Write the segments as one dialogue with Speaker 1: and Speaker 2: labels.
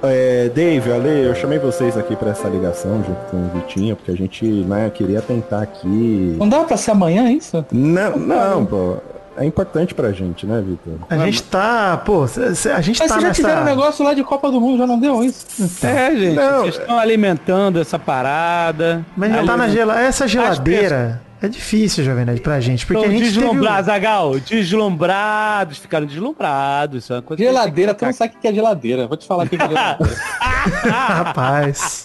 Speaker 1: É, Dave, Ale, eu chamei vocês aqui para essa ligação junto com o Vitinho, porque a gente né, queria tentar aqui.
Speaker 2: Não dá pra ser amanhã isso?
Speaker 1: Não, não, pô. É importante pra gente, né, Vitor?
Speaker 3: A gente tá, pô, cê- cê- a gente
Speaker 2: Mas
Speaker 3: tá
Speaker 2: vocês já
Speaker 3: nessa...
Speaker 2: fizeram um negócio lá de Copa do Mundo, já não deu isso?
Speaker 4: É, gente,
Speaker 1: Não,
Speaker 4: vocês estão alimentando essa parada.
Speaker 3: Mas já tá
Speaker 4: né?
Speaker 3: na gela... Essa geladeira é difícil, Jovem Nerd, pra gente, porque a
Speaker 4: Estão
Speaker 3: gente teve um- o-
Speaker 4: deslumbrados, Zagal, deslumbrados, ficaram deslumbrados. Isso é uma coisa que a gente
Speaker 2: Geladeira, tu
Speaker 4: tem
Speaker 2: não
Speaker 4: que sacar.
Speaker 2: sabe o que é geladeira. Vou te falar o que é geladeira.
Speaker 3: Ah, Rapaz...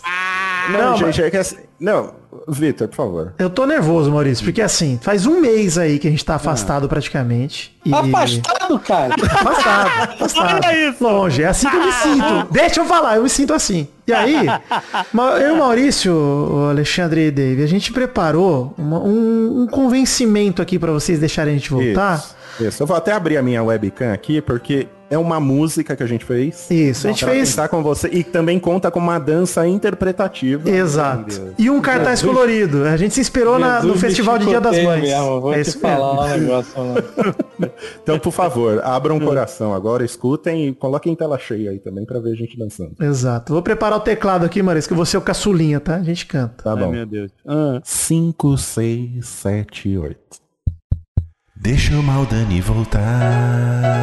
Speaker 1: Não,
Speaker 3: Não,
Speaker 1: gente, é que assim. Não, Vitor, por favor.
Speaker 3: Eu tô nervoso, Maurício, porque assim, faz um mês aí que a gente tá afastado praticamente. E...
Speaker 2: Afastado, cara.
Speaker 3: Afastado, afastado.
Speaker 4: Olha isso.
Speaker 3: Longe, é assim que eu me sinto. Deixa eu falar, eu me sinto assim. E aí, Ma- eu, Maurício, o Alexandre e Dave, a gente preparou uma- um, um convencimento aqui pra vocês deixarem a gente voltar.
Speaker 1: Isso, isso. Eu vou até abrir a minha webcam aqui, porque é uma música que a gente fez.
Speaker 3: Isso, a gente
Speaker 1: Pra
Speaker 3: fez.
Speaker 1: contar com você. E também conta com uma dança interpretativa.
Speaker 3: Exato. E um cartaz colorido. A gente se inspirou na- no
Speaker 2: Jesus,
Speaker 3: Festival de Dia das
Speaker 2: chicoteia
Speaker 3: Mães.
Speaker 2: Mesmo. Vou
Speaker 3: é
Speaker 2: te
Speaker 3: isso mesmo.
Speaker 2: falar um negócio. mano.
Speaker 1: Então, por favor, abram o coração agora, escutem e coloquem em tela cheia aí também pra ver a gente dançando.
Speaker 3: Exato. Vou preparar o teclado aqui, Maurício, que você é o caçulinha, tá? A gente canta.
Speaker 1: Tá
Speaker 4: Ai,
Speaker 1: bom.
Speaker 4: meu Deus. Ah.
Speaker 1: 5, 6, 7, 8.
Speaker 5: Deixa o Maldani voltar.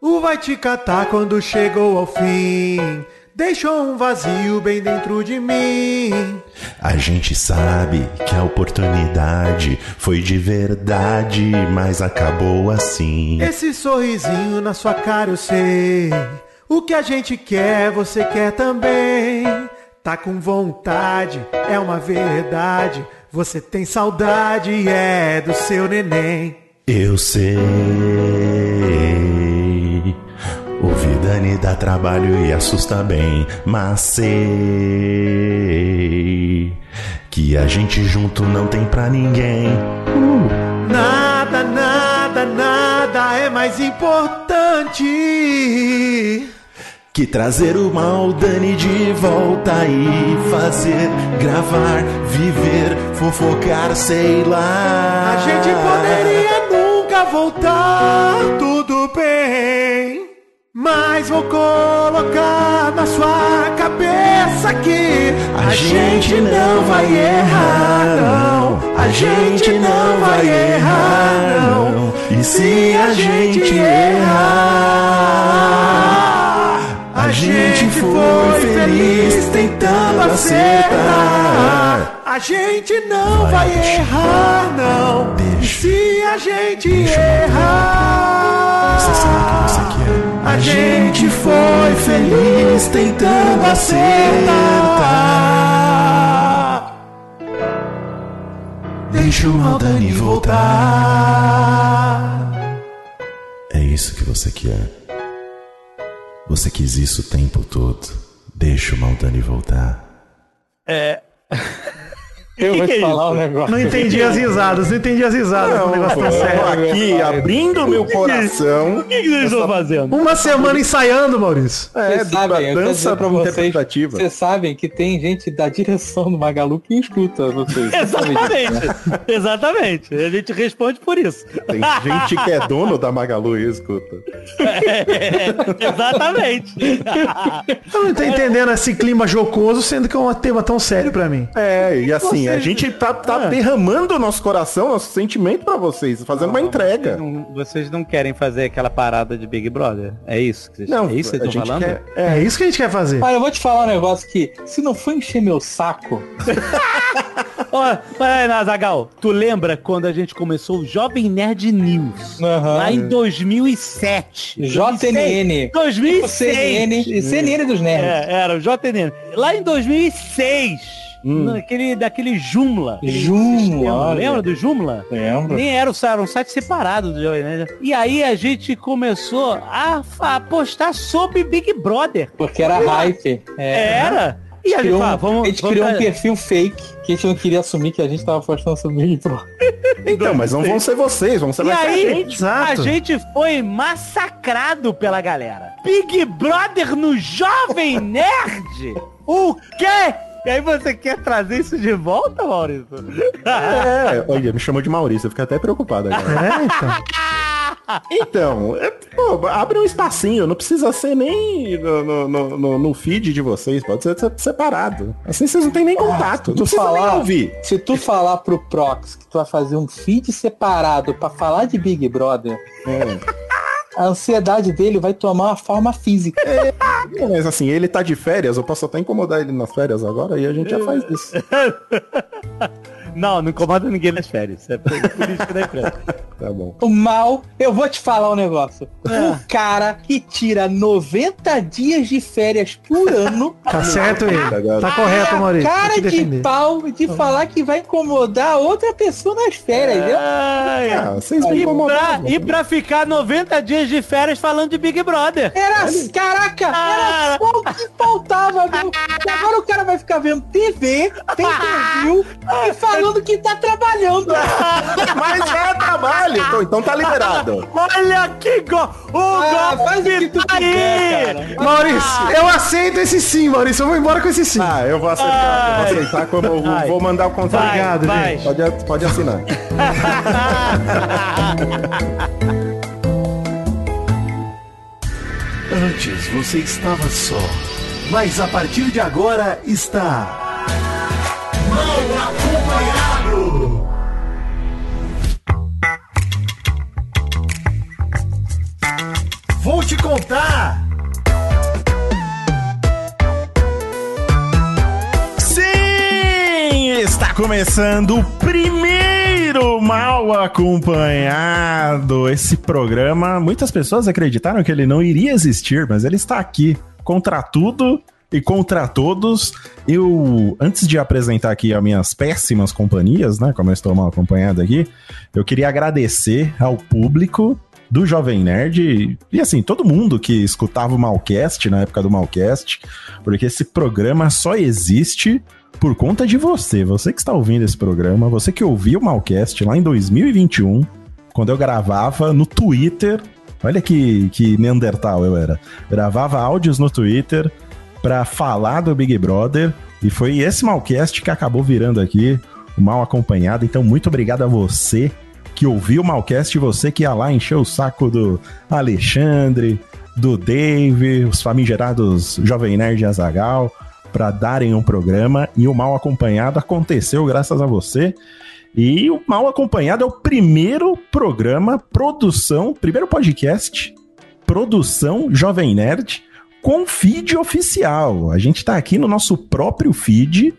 Speaker 3: O vai te catar quando chegou ao fim. Deixou um vazio bem dentro de mim.
Speaker 5: A gente sabe que a oportunidade foi de verdade, mas acabou assim.
Speaker 3: Esse sorrisinho na sua cara eu sei. O que a gente quer, você quer também. Tá com vontade, é uma verdade. Você tem saudade, é do seu neném.
Speaker 5: Eu sei. O Vidani dá trabalho e assusta bem, mas sei que a gente junto não tem pra ninguém.
Speaker 3: Nada, nada, nada é mais importante.
Speaker 5: Que trazer o Maldani de volta e fazer, gravar, viver, fofocar, sei lá.
Speaker 3: A gente poderia nunca voltar, tudo bem. Mas vou colocar na sua cabeça que
Speaker 5: A gente não vai errar, não. A gente não vai errar, não. E se a gente errar, a gente foi feliz tentando acertar.
Speaker 3: A gente não vai,
Speaker 5: Vai
Speaker 3: errar, Ah, não.
Speaker 5: Deixa.
Speaker 3: Se a gente
Speaker 5: Deixa.
Speaker 3: errar,
Speaker 5: Você sabe o que você quer.
Speaker 3: A gente foi feliz tentando acertar.
Speaker 5: Deixa o Maldani
Speaker 3: voltar.
Speaker 5: É isso que você quer. Você quis isso o tempo todo. Deixa o Maldani voltar.
Speaker 2: Eu vou te falar um negócio.
Speaker 3: é Não entendi as risadas, não entendi as risadas. o negócio tá
Speaker 1: eu tô
Speaker 3: sério.
Speaker 1: aqui abrindo meu coração.
Speaker 4: O que, que vocês estão fazendo?
Speaker 3: Uma semana ensaiando, Maurício.
Speaker 1: É,
Speaker 2: Vocês sabem, eu
Speaker 1: da
Speaker 2: quero
Speaker 1: dança
Speaker 2: dizer pra vocês,
Speaker 1: interpretativa.
Speaker 2: Vocês sabem que tem gente da direção do Magalu que escuta vocês. Vocês sabem disso, né?
Speaker 4: Exatamente. Exatamente. A gente responde por isso.
Speaker 1: Tem gente que é dono da Magalu e escuta.
Speaker 4: Exatamente.
Speaker 3: Eu não tô entendendo esse clima jocoso, sendo que é um tema tão sério pra mim.
Speaker 1: É, e assim, a gente tá, tá derramando o nosso coração, nosso sentimento pra vocês, fazendo uma entrega.
Speaker 4: Não- vocês não querem fazer aquela parada de Big Brother? É isso que vocês,
Speaker 1: Não,
Speaker 4: é isso que
Speaker 1: a
Speaker 4: vocês estão
Speaker 1: gente
Speaker 4: falando?
Speaker 1: quer. É,
Speaker 3: É isso que a gente quer fazer.
Speaker 2: Olha, eu vou te falar um negócio que, se não for encher meu saco,
Speaker 4: Ó, peraí, Nazagal, tu lembra quando a gente começou o Jovem Nerd News?
Speaker 2: Aham.
Speaker 4: Lá em 2007.
Speaker 2: JNN.
Speaker 4: 2006.
Speaker 2: CNN e CNN dos nerds.
Speaker 4: É, era o JNN. Lá em 2006. Naquele, daquele Joomla. Aquele
Speaker 2: Hum. Joomla,
Speaker 4: sistema.
Speaker 2: olha.
Speaker 4: Lembra do Joomla?
Speaker 3: É.
Speaker 2: Lembro.
Speaker 4: Nem era o era um site separado do Jovem Nerd. E aí a gente começou a, a postar sobre Big Brother.
Speaker 2: Porque era hype. É.
Speaker 4: Era. E a gente
Speaker 2: Criou um-
Speaker 4: falava, vamos,
Speaker 2: a gente
Speaker 4: vamos
Speaker 2: criou um
Speaker 4: fazer-
Speaker 2: perfil fake que a gente não queria assumir que a gente tava postando sobre Big Brother.
Speaker 1: Então, mas não vão ser vocês, vão ser
Speaker 4: E
Speaker 1: mais
Speaker 4: aí, a
Speaker 3: exato.
Speaker 4: gente foi massacrado pela galera. Big Brother no Jovem Nerd? O quê? E aí você quer trazer isso de volta, Maurício?
Speaker 1: É, olha, me chamou de Maurício, eu fico até preocupado agora.
Speaker 3: É, então.
Speaker 1: Então, é, pô, abre um espacinho, não precisa ser nem no, no- no- no- no feed de vocês, pode ser se- separado. Assim vocês não têm nem contato, não precisa nem ouvir.
Speaker 2: Se tu falar pro Prox que tu vai fazer um feed separado pra falar de Big Brother,
Speaker 1: É.
Speaker 2: a ansiedade dele vai tomar uma forma física.
Speaker 1: Não, Mas assim, ele tá de férias, eu posso até incomodar ele nas férias agora e a gente já faz isso.
Speaker 4: Não, não incomoda ninguém nas férias. É política da empresa.
Speaker 1: Tá bom.
Speaker 2: O mal, eu vou te falar um negócio. O cara que tira 90 dias de férias por ano,
Speaker 3: Tá certo ele.
Speaker 1: Cagado.
Speaker 3: Tá correto,
Speaker 2: a
Speaker 3: Maurício. Tem
Speaker 2: cara
Speaker 3: que
Speaker 2: de
Speaker 3: defender.
Speaker 2: pau de falar que vai incomodar outra pessoa nas férias.
Speaker 4: É.
Speaker 2: Eu
Speaker 4: Ai,
Speaker 1: Ah, vocês
Speaker 2: é
Speaker 1: me
Speaker 4: E pra,
Speaker 1: incomodaram.
Speaker 4: e pra ficar 90 dias de férias falando de Big Brother.
Speaker 2: Era, caraca, era só o que faltava, meu. E agora o cara vai ficar vendo TV, tem perfil, e falando que tá trabalhando.
Speaker 1: Mas é trabalho, então, então tá liberado.
Speaker 4: Olha que gol! O
Speaker 2: Ah,
Speaker 4: gol
Speaker 2: faz o que tu
Speaker 4: tá
Speaker 2: quiser,
Speaker 4: aí!
Speaker 2: cara.
Speaker 3: Maurício, eu aceito esse sim, Maurício. Eu vou embora com esse sim.
Speaker 1: Ah, eu vou aceitar, eu vou aceitar como eu
Speaker 4: Ai.
Speaker 1: vou mandar o contrato.
Speaker 4: Vai,
Speaker 3: Obrigado,
Speaker 4: vai.
Speaker 1: Pode, pode assinar.
Speaker 5: Antes você estava só, mas a partir de agora está. Mal acompanhado! Vou te contar! Sim! Está começando o primeiro Mal Acompanhado. Esse programa, muitas pessoas acreditaram que ele não iria existir, mas ele está aqui contra tudo e contra todos. Eu, antes de apresentar aqui as minhas péssimas companhias, né, como eu estou mal acompanhado aqui, eu queria agradecer ao público do Jovem Nerd e assim, todo mundo que escutava o Malcast na época do Malcast, porque esse programa só existe por conta de você. Você que está ouvindo esse programa, você que ouviu o Malcast lá em 2021, quando eu gravava no Twitter. Olha que, que Neandertal eu era. Gravava áudios no Twitter para falar do Big Brother. E foi esse Malcast que acabou virando aqui, o Mal Acompanhado. Então, muito obrigado a você que ouviu o Malcast, você que ia lá encher o saco do Alexandre, do Dave, os famigerados Jovem Nerd e Azagal, para darem um programa. E o Mal Acompanhado aconteceu graças a você. E o Mal Acompanhado é o primeiro programa, produção, primeiro podcast, produção Jovem Nerd, com feed oficial. A gente tá aqui no nosso próprio feed.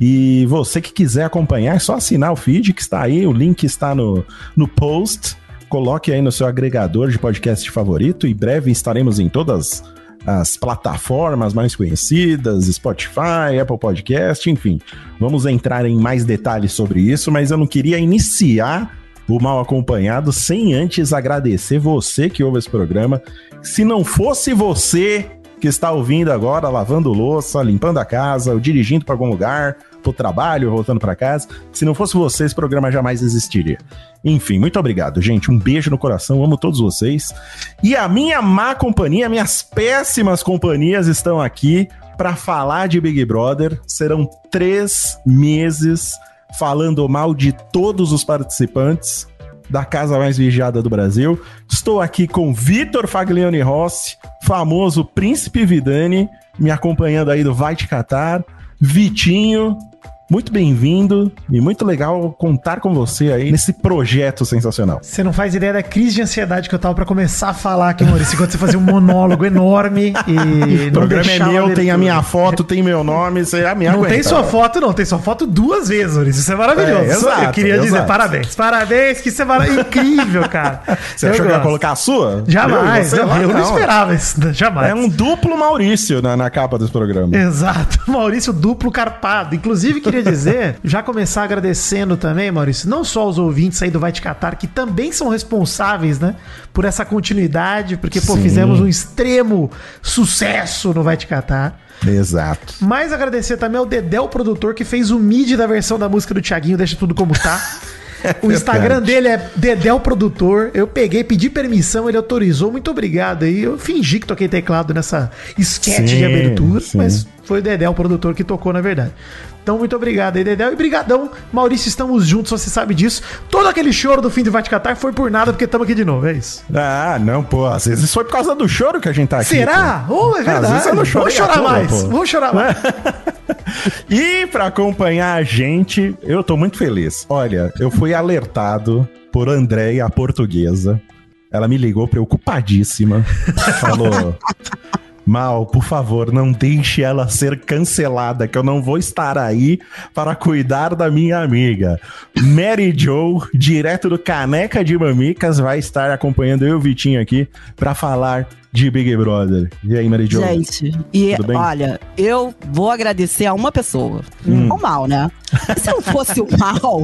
Speaker 5: E você que quiser acompanhar, é só assinar o feed que está aí, o link está no, no post. Coloque aí no seu agregador de podcast favorito. Em breve estaremos em todas as plataformas mais conhecidas, Spotify, Apple Podcast, enfim. Vamos entrar em mais detalhes sobre isso, mas eu não queria iniciar o Mal Acompanhado sem antes agradecer você que ouve esse programa. Se não fosse você que está ouvindo agora, lavando louça, limpando a casa, ou dirigindo para algum lugar, para o trabalho, voltando para casa, se não fosse você, esse programa jamais existiria. Enfim, muito obrigado, gente. Um beijo no coração, amo todos vocês. E a minha má companhia, minhas péssimas companhias estão aqui para falar de Big Brother. Serão três meses falando mal de todos os participantes da casa mais vigiada do Brasil. Estou aqui com Vitor Faglione Rossi, famoso Príncipe Vidani, me acompanhando aí do Vai Te Catar. Vitinho, muito bem-vindo e muito legal contar com você aí nesse projeto sensacional.
Speaker 3: Você não faz ideia da crise de ansiedade que eu tava pra começar a falar aqui, Maurício, enquanto você fazia um monólogo enorme e.
Speaker 1: O programa é meu, tem a minha
Speaker 3: foto.
Speaker 1: foto, tem meu nome, você é a minha
Speaker 3: Não tem
Speaker 1: aguenta.
Speaker 3: sua foto, não, tem sua foto duas vezes, Maurício. Isso é maravilhoso.
Speaker 1: É,
Speaker 3: Só- eu
Speaker 1: exato,
Speaker 3: queria dizer
Speaker 1: exato.
Speaker 3: parabéns. Parabéns, que isso é mara- incrível, cara.
Speaker 1: Você achou que eu ia
Speaker 3: gosto.
Speaker 1: colocar a sua?
Speaker 3: Jamais,
Speaker 1: Eu, e você
Speaker 3: eu,
Speaker 1: lá,
Speaker 3: eu não esperava isso, né? jamais.
Speaker 1: É um duplo Maurício na, na capa dos programas.
Speaker 3: Exato, Maurício duplo carpado. Inclusive, queria dizer, já começar agradecendo também, Maurício, não só os ouvintes aí do Vai Te Catar, que também são responsáveis, né, por essa continuidade, porque, pô,
Speaker 1: Sim.
Speaker 3: fizemos um extremo sucesso no Vai Te Catar.
Speaker 1: Exato.
Speaker 3: Mas agradecer também ao Dedé, o produtor, que fez o mid da versão da música do Thiaguinho, Deixa Tudo Como Tá. O Instagram dele é Dedel Produtor. Eu peguei, pedi permissão, ele autorizou. Muito obrigado aí. Eu fingi que toquei teclado nessa esquete
Speaker 1: Sim,
Speaker 3: de abertura,
Speaker 1: sim.
Speaker 3: mas foi o Dedel, o produtor, que tocou, na verdade. Então, muito obrigado aí, Dedel. E brigadão, Maurício, estamos juntos, você sabe disso. Todo aquele choro do fim do Vaticatar foi por nada, porque estamos aqui de novo, é isso.
Speaker 1: Ah, não, pô. Às vezes foi por causa do choro que a gente tá aqui.
Speaker 3: Será?
Speaker 1: pô. Ah,
Speaker 3: Oh, é
Speaker 1: Às
Speaker 3: verdade.
Speaker 1: vezes eu não chorei
Speaker 3: Vou
Speaker 1: à
Speaker 3: chorar
Speaker 1: toa,
Speaker 3: mais,
Speaker 1: né, pô.
Speaker 3: vou chorar mais.
Speaker 1: E pra acompanhar a gente, eu tô muito feliz. Olha, eu fui alertado por Andréia, a portuguesa. Ela me ligou preocupadíssima. Falou: Mal, por favor, não deixe ela ser cancelada, que eu não vou estar aí para cuidar da minha amiga. Mary Joe, direto do Caneca de Mamicas, vai estar acompanhando eu e o Vitinho aqui para falar de Big Brother. E aí, Mary Joe?
Speaker 6: Gente, e
Speaker 1: Tudo bem?
Speaker 6: olha, eu vou agradecer a uma pessoa.
Speaker 1: Hum.
Speaker 6: O mal, né? E Se não fosse o mal,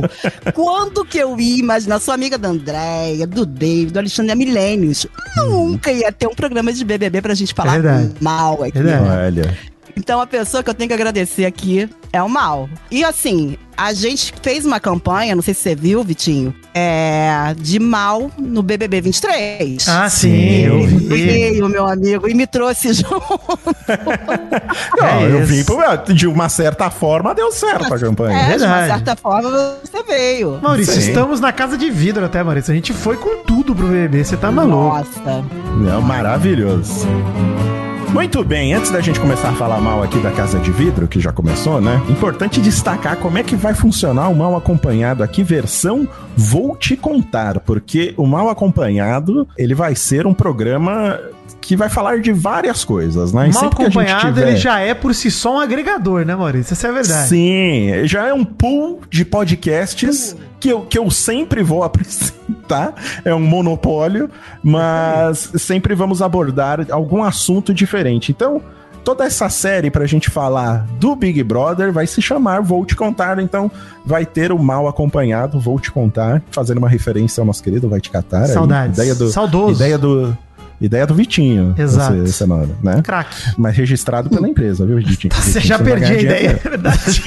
Speaker 6: quando que eu ia imaginar? Sou amiga da Andréia, do David, do Alexandre há milênios.
Speaker 1: Hum.
Speaker 6: Nunca ia ter um programa de BBB pra gente falar
Speaker 3: Verdade.
Speaker 6: mal é aqui.
Speaker 3: Verdade.
Speaker 1: Olha.
Speaker 6: Então a pessoa que eu tenho que agradecer aqui é o Mal. E assim, a gente fez uma campanha, não sei se você viu, Vitinho, é, de Mal no BBB 23.
Speaker 3: Ah, sim,
Speaker 1: Sim.
Speaker 3: eu
Speaker 6: Ele
Speaker 3: vi.
Speaker 6: veio, meu amigo, e me trouxe junto.
Speaker 1: Não,
Speaker 3: É
Speaker 1: eu
Speaker 3: isso.
Speaker 1: vim pro- de uma certa forma deu certo a campanha.
Speaker 6: É, de uma
Speaker 3: verdade.
Speaker 6: certa forma você veio.
Speaker 3: Maurício,
Speaker 1: Sim.
Speaker 3: estamos na casa de vidro até, Maurício. A gente foi com tudo pro BBB, você tá maluco.
Speaker 6: Nossa.
Speaker 1: É maravilhoso. Muito bem, antes da gente começar a falar mal aqui da Casa de Vidro, que já começou, né? Importante destacar como é que vai funcionar o mal acompanhado aqui, versão Vou Te Contar, porque o mal acompanhado, ele vai ser um programa que vai falar de várias coisas, né? E
Speaker 3: Mal
Speaker 1: sempre que a gente
Speaker 3: acompanhado,
Speaker 1: tiver-
Speaker 3: ele já é por si só um agregador, né, Maurício? Essa é a verdade.
Speaker 1: Sim, já é um pool de podcasts que eu, que eu sempre vou apresentar. É um monopólio, mas sempre vamos abordar algum assunto diferente. Então, toda essa série pra gente falar do Big Brother vai se chamar Vou Te Contar. Então, vai ter o mal acompanhado, Vou Te Contar, fazendo uma referência ao nosso querido Vai Te Catar. aí,
Speaker 3: Saudades.
Speaker 1: Ideia do,
Speaker 3: Saudoso.
Speaker 1: ideia do, ideia do Vitinho.
Speaker 3: Exato.
Speaker 1: Essa semana, né?
Speaker 3: Craque.
Speaker 1: Mas registrado pela empresa, viu, Vitinho?
Speaker 3: Você
Speaker 1: Vitinho,
Speaker 3: já
Speaker 1: vai
Speaker 3: perdi a
Speaker 1: ganhar dinheiro.
Speaker 3: ideia, é verdade.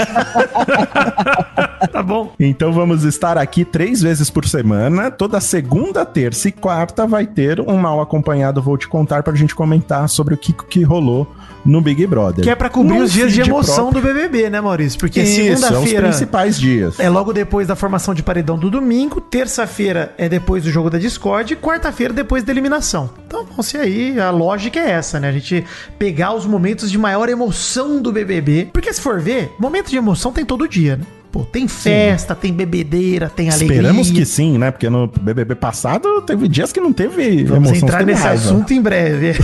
Speaker 3: tá bom.
Speaker 1: Então vamos estar aqui três vezes por semana. Toda segunda, terça e quarta vai ter um mal acompanhado, vou te contar, pra gente comentar sobre o que, que rolou no Big Brother.
Speaker 3: Que é pra cobrir
Speaker 1: Num
Speaker 3: os dias de
Speaker 1: Um feed
Speaker 3: emoção do BBB, né, Maurício? Porque
Speaker 1: Isso, é os
Speaker 3: segunda-feira
Speaker 1: principais dias.
Speaker 3: é logo depois da formação de paredão do domingo, terça-feira é depois do jogo da Discord e quarta-feira depois da eliminação. Então, vão ser aí, a lógica é essa, né? A gente pegar os momentos de maior emoção do BBB. Porque se for ver, momento de emoção tem todo dia, né? Pô, tem festa, tem bebedeira, tem alegria.
Speaker 1: Esperamos que sim, né? Porque no BBB passado teve dias que não teve
Speaker 3: Vamos
Speaker 1: emoção.
Speaker 3: entrar
Speaker 1: teve
Speaker 3: nesse
Speaker 1: raiva.
Speaker 3: assunto em breve.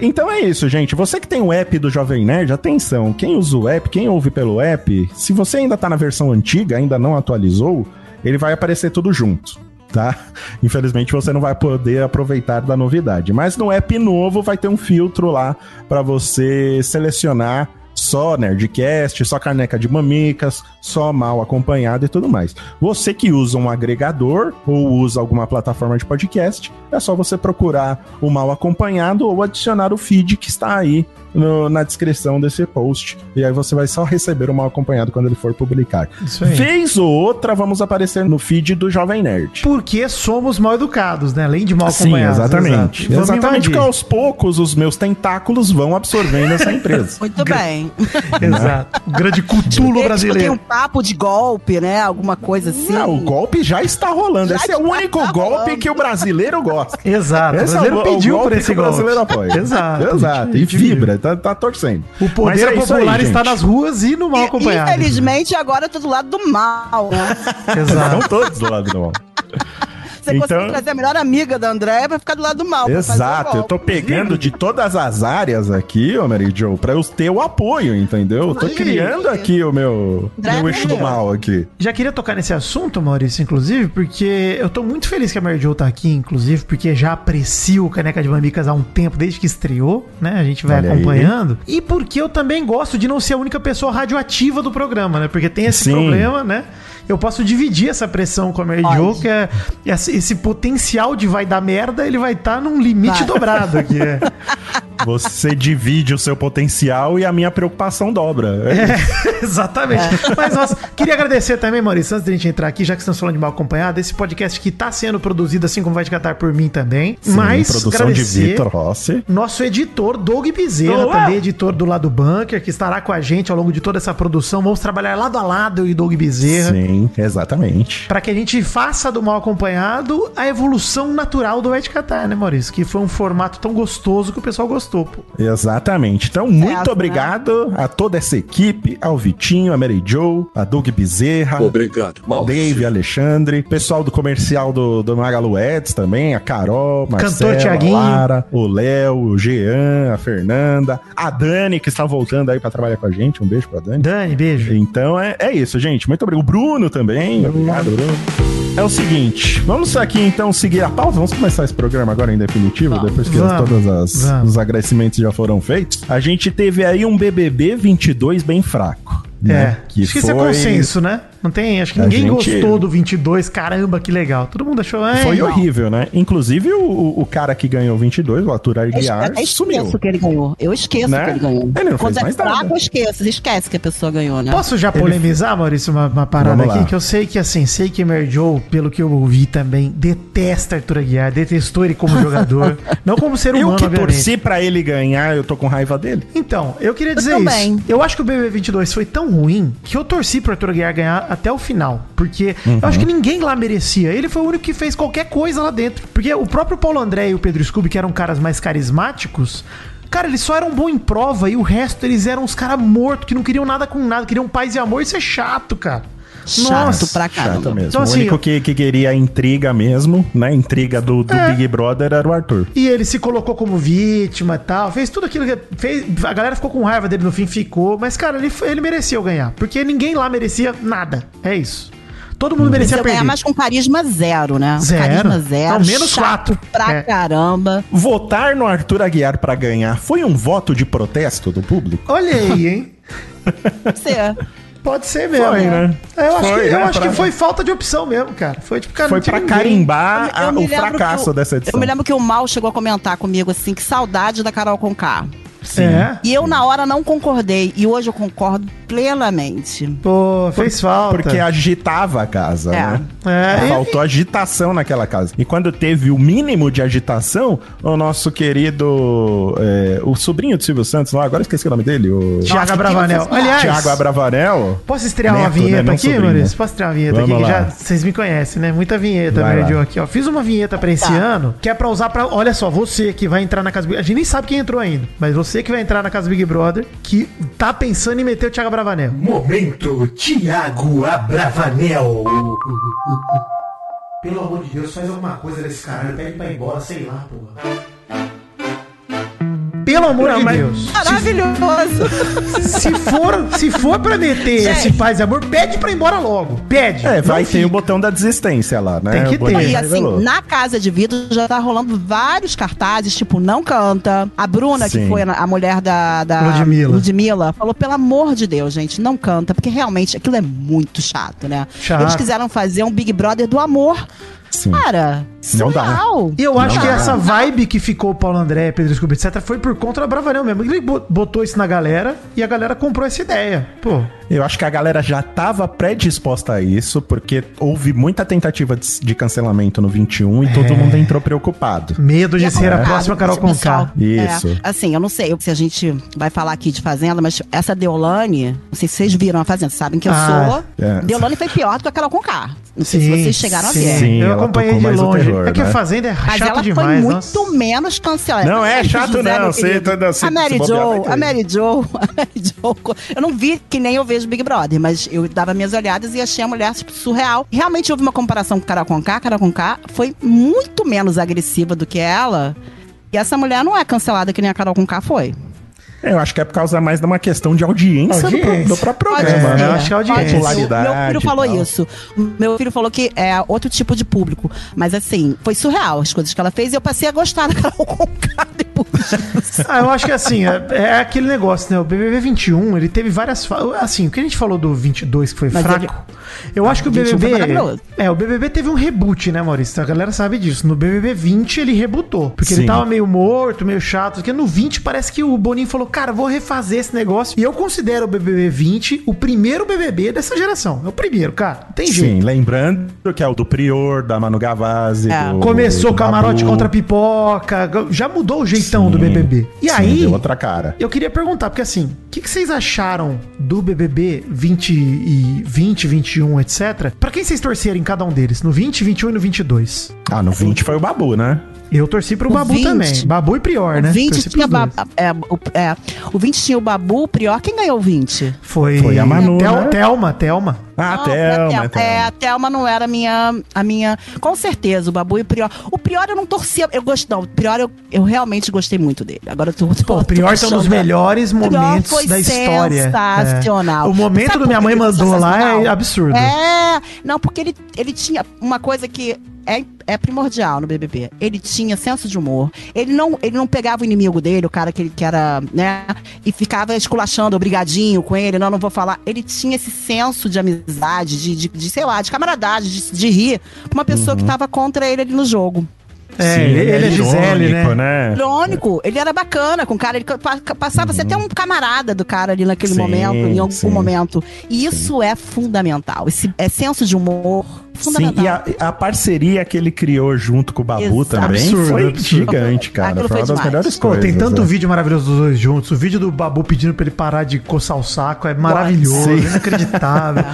Speaker 1: Então é isso, gente. Você que tem o app do Jovem Nerd, atenção. Quem usa o app, quem ouve pelo app, se você ainda tá na versão antiga, ainda não atualizou, ele vai aparecer tudo junto, tá? Infelizmente você não vai poder aproveitar da novidade. Mas no app novo vai ter um filtro lá pra você selecionar só Nerdcast, só caneca de mamicas, só mal acompanhado e tudo mais. Você que usa um agregador ou usa alguma plataforma de podcast, é só você procurar o mal acompanhado ou adicionar o feed que está aí no- na descrição desse post. E aí você vai só receber o mal acompanhado quando ele for publicar.
Speaker 3: Isso aí.
Speaker 1: Vez ou outra, vamos aparecer no feed do Jovem Nerd.
Speaker 3: Porque somos mal educados, né? Além de mal
Speaker 1: Sim,
Speaker 3: acompanhados.
Speaker 1: exatamente.
Speaker 3: exato. Vamos
Speaker 1: Exatamente,
Speaker 3: invadir.
Speaker 1: porque aos poucos os meus tentáculos vão absorvendo essa empresa.
Speaker 6: Muito bem.
Speaker 3: Exato. O grande cutulo
Speaker 6: Tem um
Speaker 3: brasileiro.
Speaker 6: papo de golpe, né? Alguma coisa assim.
Speaker 1: Não, o golpe já está rolando.
Speaker 6: Já
Speaker 1: esse é o
Speaker 6: está
Speaker 1: único
Speaker 6: rolando.
Speaker 1: golpe que o brasileiro gosta.
Speaker 3: Exato. O
Speaker 1: Esse é
Speaker 3: Ah, tá, brasileiro
Speaker 1: go-
Speaker 3: pediu por
Speaker 1: golpe
Speaker 3: esse
Speaker 1: que o
Speaker 3: golpe.
Speaker 1: brasileiro apoia.
Speaker 3: Exato.
Speaker 1: Exato. E
Speaker 3: Gente,
Speaker 1: vibra, tá, tá torcendo.
Speaker 3: O
Speaker 1: Mas
Speaker 3: poder
Speaker 1: é isso aí,
Speaker 3: popular está
Speaker 1: gente.
Speaker 3: nas ruas e no mal
Speaker 6: E,
Speaker 3: acompanhado.
Speaker 6: infelizmente, agora eu tô do lado do mal. né?
Speaker 1: Não
Speaker 3: Exato.
Speaker 1: todos do lado do mal.
Speaker 6: Você
Speaker 1: Então-
Speaker 6: conseguiu trazer a melhor amiga da Andréia pra ficar do lado do mal. pra fazer
Speaker 1: Exato. Eu tô
Speaker 6: golpe.
Speaker 1: pegando de todas as áreas aqui, ô Mary Joe, pra eu ter o apoio, entendeu? Eu tô
Speaker 6: Aí.
Speaker 1: criando aqui o meu, meu eixo do mal aqui.
Speaker 3: Já queria tocar nesse assunto, Maurício, inclusive, porque eu tô muito feliz que a Mary Jo tá aqui, inclusive, porque já aprecio o Caneca de Mamicas há um tempo, desde que estreou, né? A gente vai
Speaker 1: Olha aí.
Speaker 3: acompanhando. E porque eu também gosto de não ser a única pessoa radioativa do programa, né? Porque tem esse
Speaker 1: Sim.
Speaker 3: problema, né? Eu posso dividir essa pressão com a Mary Jo, que é esse, esse potencial de vai dar merda, ele vai estar tá num limite
Speaker 6: Vai.
Speaker 3: dobrado aqui. é.
Speaker 1: Você divide o seu potencial e a minha preocupação dobra.
Speaker 3: É, exatamente. Mas nossa, queria agradecer também, Maurício, antes da gente entrar aqui, já que estamos falando de mal acompanhado, esse podcast que está sendo produzido, assim como vai de catar por mim também.
Speaker 1: Sim,
Speaker 3: mas
Speaker 1: produção de
Speaker 3: agradecer
Speaker 1: Vitor Rossi.
Speaker 3: Nosso editor, Doug Bezerra,
Speaker 4: Olá.
Speaker 3: também editor do Lado Bunker, que estará com a gente ao longo de toda essa produção. Vamos trabalhar lado a lado, eu e Doug Bezerra.
Speaker 1: Sim, exatamente.
Speaker 3: Pra que a gente faça do mal acompanhado a evolução natural do Ed Catar, né, Maurício? Que foi um formato tão gostoso que o pessoal gostou, pô.
Speaker 1: Exatamente. Então, muito
Speaker 6: né?
Speaker 1: obrigado a toda essa equipe, ao Vitinho, a Mary Joe, a Doug Bezerra,
Speaker 7: Obrigado,
Speaker 1: ao
Speaker 7: Maurício.
Speaker 1: Dave, Alexandre, pessoal do comercial do, do Magalu Ads também, a Carol, Marcela,
Speaker 3: Cantor Thiaguinho.
Speaker 1: a Lara, o Léo, o Jean, a Fernanda, a Dani, que está voltando aí pra trabalhar com a gente. Um beijo pra Dani.
Speaker 3: Dani, beijo.
Speaker 1: Então é, é isso, gente. Muito obrigado. O Bruno também. Obrigado, Bruno. É o seguinte, vamos aqui então seguir a pauta. Vamos começar esse programa agora em definitivo, depois que
Speaker 3: Vamos,
Speaker 1: todos as-
Speaker 3: vamos.
Speaker 1: os agradecimentos já foram feitos. A gente teve aí um BBB 22 bem fraco. né?
Speaker 3: É,
Speaker 1: que
Speaker 3: acho
Speaker 1: foi,
Speaker 3: que isso é consenso, né? Não tem, acho que
Speaker 1: A
Speaker 3: ninguém
Speaker 1: gente-
Speaker 3: gostou do 22, caramba, que legal. Todo mundo achou, é,
Speaker 1: foi
Speaker 3: não.
Speaker 1: horrível, né? Inclusive o- o, o cara que ganhou 22, o Arthur
Speaker 6: É, Eu esque-
Speaker 1: Aguiar,
Speaker 6: até
Speaker 1: sumiu.
Speaker 6: esqueço que ele ganhou. Eu esqueço
Speaker 1: Né?
Speaker 6: que ele ganhou.
Speaker 1: Ele não
Speaker 6: Quando
Speaker 1: fez
Speaker 6: é
Speaker 1: mais nada.
Speaker 6: fraco, eu esqueço. Você esquece que a pessoa ganhou, né?
Speaker 3: Posso já polemizar, Maurício, uma, uma parada
Speaker 1: Vamos lá.
Speaker 3: aqui? Que eu sei que, assim, sei que Mary Jo, pelo que eu ouvi também, detesta Arthur Aguiar, detestou ele como jogador, não como ser humano,
Speaker 1: Eu que
Speaker 3: obviamente.
Speaker 1: torci pra ele ganhar, eu tô com raiva dele.
Speaker 3: Então, eu queria dizer
Speaker 6: também.
Speaker 3: isso. Eu acho que o BBB 22 foi tão ruim que eu torci pro Arthur Aguiar ganhar até o final. Porque eu acho que ninguém lá merecia. Ele foi o único que fez qualquer coisa lá dentro. Porque o próprio Paulo André e o Pedro Scooby, que eram caras mais carismáticos. Cara, eles só eram bom em prova e o resto eles eram uns caras mortos que não queriam nada com nada, queriam paz e amor. Isso é chato, cara.
Speaker 6: Chato pra caramba.
Speaker 1: Chato mesmo.
Speaker 3: Então,
Speaker 1: o
Speaker 3: assim,
Speaker 1: único
Speaker 3: eu-
Speaker 1: que, que queria a intriga mesmo, né? Intriga do, do
Speaker 3: É.
Speaker 1: Big Brother era o Arthur.
Speaker 3: E ele se colocou como vítima e tal. Fez tudo aquilo que. Fez, a galera ficou com raiva dele no fim, ficou. Mas, cara, ele, ele mereceu ganhar. Porque ninguém lá merecia nada. É isso. Todo mundo merecia
Speaker 6: Se eu
Speaker 3: perder.
Speaker 6: ganhar mais com carisma zero, né?
Speaker 3: Zero.
Speaker 1: Tá
Speaker 6: Carisma zero.
Speaker 3: Não, menos
Speaker 6: chato
Speaker 3: quatro.
Speaker 6: Pra
Speaker 3: É.
Speaker 6: caramba.
Speaker 1: Votar no Arthur Aguiar pra ganhar foi um voto de protesto do público?
Speaker 3: Olha aí, hein?
Speaker 6: Você.
Speaker 3: Pode ser mesmo.
Speaker 1: Foi, né?
Speaker 3: É, Eu acho,
Speaker 1: Foi,
Speaker 3: que, eu
Speaker 1: né,
Speaker 3: acho
Speaker 1: pra-
Speaker 3: que foi falta de opção mesmo, cara. Foi tipo, cara,
Speaker 1: Foi
Speaker 3: não tinha
Speaker 1: pra
Speaker 3: ninguém.
Speaker 1: carimbar a-
Speaker 6: Eu me
Speaker 1: o
Speaker 6: lembro que
Speaker 1: fracasso
Speaker 6: o-
Speaker 1: dessa edição.
Speaker 6: Eu me lembro que o Mal chegou a comentar comigo assim, que saudade da Carol Conká.
Speaker 3: É.
Speaker 6: E eu, na hora, não concordei. E hoje eu concordo plenamente.
Speaker 3: Pô, fez falta.
Speaker 1: Porque agitava a casa,
Speaker 6: É.
Speaker 1: né?
Speaker 3: É,
Speaker 1: Faltou agitação naquela casa. E quando teve o mínimo de agitação, o nosso querido. é, o sobrinho do Silvio Santos lá, agora esqueci o nome dele, o.
Speaker 3: Tiago Abravanel. Aliás,
Speaker 1: Thiago Abravanel.
Speaker 3: posso estrear uma
Speaker 1: Neto, né,
Speaker 3: vinheta
Speaker 1: não
Speaker 3: aqui,
Speaker 1: sobrinho.
Speaker 3: Maurício? Posso estrear uma vinheta
Speaker 1: Vamos
Speaker 3: aqui? Que
Speaker 1: lá.
Speaker 3: já, vocês me conhecem, né? Muita vinheta,
Speaker 1: Vai
Speaker 3: Mary
Speaker 1: lá.
Speaker 3: Jo, aqui, ó. Fiz uma vinheta pra esse
Speaker 6: Tá.
Speaker 3: ano, que é pra usar pra. Olha só, você que vai entrar na casa Big A gente nem sabe quem entrou ainda, mas você que vai entrar na casa Big Brother, que tá pensando em meter o Thiago Bravanel.
Speaker 8: Momento Tiago Abravanel.
Speaker 3: Pelo amor de Deus, faz alguma coisa desse caralho, pede pra ir embora, sei lá, porra. Pelo amor de Deus.
Speaker 6: Maravilhoso.
Speaker 3: Se for, se for pra meter
Speaker 6: Gente.
Speaker 3: esse paz e amor, pede pra ir embora logo. Pede.
Speaker 1: É, vai
Speaker 3: Não
Speaker 1: ter
Speaker 3: fica.
Speaker 1: o botão da desistência lá, né?
Speaker 3: Tem que
Speaker 1: O Boninho
Speaker 3: ter.
Speaker 6: E assim,
Speaker 1: revelou.
Speaker 6: na casa de vidro já tá rolando vários cartazes, tipo, não canta. A Bruna,
Speaker 1: Sim.
Speaker 6: que foi a- a mulher da, da
Speaker 3: Ludmilla.
Speaker 6: Ludmilla, falou: pelo amor de Deus, gente, não canta, porque realmente aquilo é muito chato, né?
Speaker 3: Chato.
Speaker 6: Eles quiseram fazer um Big Brother do amor.
Speaker 1: Sim.
Speaker 6: Cara,
Speaker 1: Não dá.
Speaker 6: surreal.
Speaker 3: E eu acho
Speaker 1: Não,
Speaker 3: que
Speaker 1: não.
Speaker 3: essa vibe que ficou o Paulo André, Pedro Scooby, etc., foi por conta da Bravanel mesmo. Ele bo- botou isso na galera e a galera comprou essa ideia. Pô,
Speaker 1: Eu acho que a galera já tava predisposta a isso, porque houve muita tentativa de, de cancelamento no 21 e
Speaker 3: É.
Speaker 1: todo mundo entrou preocupado.
Speaker 3: medo de
Speaker 6: E é
Speaker 3: ser a
Speaker 6: complicado
Speaker 3: próxima Carol
Speaker 6: com esse
Speaker 3: Conká.
Speaker 6: pessoal.
Speaker 1: Isso.
Speaker 6: É, assim, eu não sei se a gente vai falar aqui de Fazenda, mas essa Deolane, não sei se vocês viram a Fazenda, sabem que eu
Speaker 3: Ah,
Speaker 6: sou.
Speaker 1: é.
Speaker 6: Deolane foi pior do que aquela Conká. Não sei se vocês chegaram a ver.
Speaker 1: sim.
Speaker 3: eu
Speaker 1: ela
Speaker 3: acompanhei
Speaker 1: tocou
Speaker 3: de
Speaker 1: mais o
Speaker 3: longe.
Speaker 1: terror,
Speaker 3: é que
Speaker 1: né?
Speaker 3: a Fazenda é
Speaker 6: Mas
Speaker 3: chato
Speaker 6: ela foi
Speaker 3: demais.
Speaker 6: muito
Speaker 3: nossa.
Speaker 6: menos cancelada.
Speaker 1: Não, é
Speaker 6: Mas,
Speaker 1: chato
Speaker 6: José,
Speaker 1: não,
Speaker 6: meu
Speaker 1: você
Speaker 6: querido,
Speaker 1: tá- se-
Speaker 6: a Mary
Speaker 1: se bobear, vai
Speaker 6: Jo,
Speaker 1: ter.
Speaker 6: a Mary Jo, a Mary Jo. Eu não vi que nem eu vejo Big Brother, mas eu dava minhas olhadas e achei a mulher tipo, surreal. Realmente houve uma comparação com Carol Conká. Carol Conká foi muito menos agressiva do que ela. E essa mulher não é cancelada que nem a Carol Conká foi.
Speaker 1: Eu acho que é por causa mais de uma questão de audiência, do pro-
Speaker 3: Audiência.
Speaker 1: Do, próprio
Speaker 6: Pode
Speaker 1: programa,
Speaker 3: ser.
Speaker 1: né?
Speaker 3: eu acho que é audiência.
Speaker 6: pode ser.
Speaker 1: Popularidade
Speaker 6: Meu
Speaker 1: e
Speaker 6: filho falou
Speaker 1: tal.
Speaker 6: isso. Meu filho falou que é outro tipo de público. Mas assim, foi surreal as coisas que ela fez. E eu passei a gostar da Carol Conká puxa.
Speaker 3: Ah, eu acho que assim, é, é aquele negócio, né? O BBB 21, ele teve várias. fa- Assim, o que a gente falou do 22 que foi
Speaker 6: Mas
Speaker 3: fraco.
Speaker 6: ele- Ah,
Speaker 3: Eu acho que o
Speaker 6: 21 foi
Speaker 3: BBB.
Speaker 6: maravilhoso.
Speaker 3: É, o BBB teve um reboot, né, Maurício? A galera sabe disso. No BBB 20 ele rebootou. Porque
Speaker 1: Sim.
Speaker 3: ele tava meio morto, meio chato. Porque no 20 parece que o Boninho falou, cara, vou refazer esse negócio. E eu considero o BBB 20 o primeiro BBB dessa geração. É o primeiro, cara. Não tem jeito.
Speaker 1: Sim, lembrando que é o do Prior, da Manu Gavazzi.
Speaker 6: É.
Speaker 1: do-
Speaker 3: Começou
Speaker 1: do
Speaker 3: camarote
Speaker 1: Babu.
Speaker 3: contra pipoca, já mudou o jeitão
Speaker 1: Sim,
Speaker 3: do BBB. E
Speaker 1: sim,
Speaker 3: aí,
Speaker 1: Deu outra cara.
Speaker 3: eu queria perguntar, porque assim, o que, que vocês acharam do BBB 20 e 20, 21, etc? Pra quem vocês torceram em cada um deles? No 20, 21 e no 22?
Speaker 1: Ah, no 20 foi o Babu, né?
Speaker 3: Eu torci pro
Speaker 6: O
Speaker 3: Babu
Speaker 6: 20.
Speaker 3: também. Babu e Prior, né?
Speaker 6: O 20
Speaker 3: Torci pros
Speaker 6: tinha
Speaker 3: dois.
Speaker 6: ba- é, o, é, o 20 tinha o Babu, o Prior. Quem ganhou o 20?
Speaker 3: Foi,
Speaker 1: Foi a Manu,
Speaker 3: Tel-
Speaker 1: né?
Speaker 3: Thelma, Thelma.
Speaker 1: Ah,
Speaker 6: Não,
Speaker 1: Thelma.
Speaker 6: a
Speaker 1: é
Speaker 6: Thelma. É, a Thelma não era a minha, a minha. Com certeza, o Babu e o Prior. O Prior eu não torcia. Eu gostei. Não, o Prior eu, eu realmente gostei muito dele. Agora eu tô. tô-
Speaker 3: Pô,
Speaker 6: tô
Speaker 3: o Prior tá
Speaker 6: achando-
Speaker 3: nos melhores
Speaker 6: Prior
Speaker 3: momentos
Speaker 6: foi
Speaker 3: da história.
Speaker 6: Sensacional.
Speaker 3: É. O momento
Speaker 6: Sabe
Speaker 3: do Minha
Speaker 6: por
Speaker 3: Mãe
Speaker 6: que foi
Speaker 3: Mandou lá é
Speaker 6: sensacional?
Speaker 3: absurdo.
Speaker 6: É, não, porque ele, ele tinha uma coisa que é, é primordial no BBB. Ele tinha senso de humor. Ele não, ele não pegava o inimigo dele, o cara que ele que era, né, e ficava esculachando, brigadinho com ele, não, não vou falar. Ele tinha esse senso de amizade, de, de, de, sei lá, de camaradagem, de, de rir pra uma
Speaker 3: Uhum.
Speaker 6: pessoa que tava contra ele ali no jogo.
Speaker 3: É,
Speaker 1: Sim,
Speaker 3: ele, ele é Gisele, né?
Speaker 1: irônico, né?
Speaker 6: Irônico, ele era bacana com o cara, ele pa- passava a ser
Speaker 3: Uhum.
Speaker 6: até um camarada do cara ali naquele
Speaker 1: Sim,
Speaker 6: momento, em algum
Speaker 1: sim.
Speaker 6: momento. E isso é fundamental. Esse é senso de humor
Speaker 1: Sim,
Speaker 6: fundamental.
Speaker 1: e a, a parceria que ele criou junto com o Babu
Speaker 6: Exato.
Speaker 1: também
Speaker 3: Absurdo,
Speaker 1: foi
Speaker 3: absurdo.
Speaker 1: gigante, cara.
Speaker 6: Aquilo
Speaker 1: foi
Speaker 6: foi
Speaker 1: uma das
Speaker 6: demais.
Speaker 1: melhores
Speaker 3: Pô,
Speaker 1: coisas.
Speaker 3: tem tanto
Speaker 1: né?
Speaker 3: vídeo maravilhoso dos dois juntos. O vídeo do Babu pedindo pra ele parar de coçar o saco é maravilhoso,
Speaker 1: Sim.
Speaker 3: inacreditável.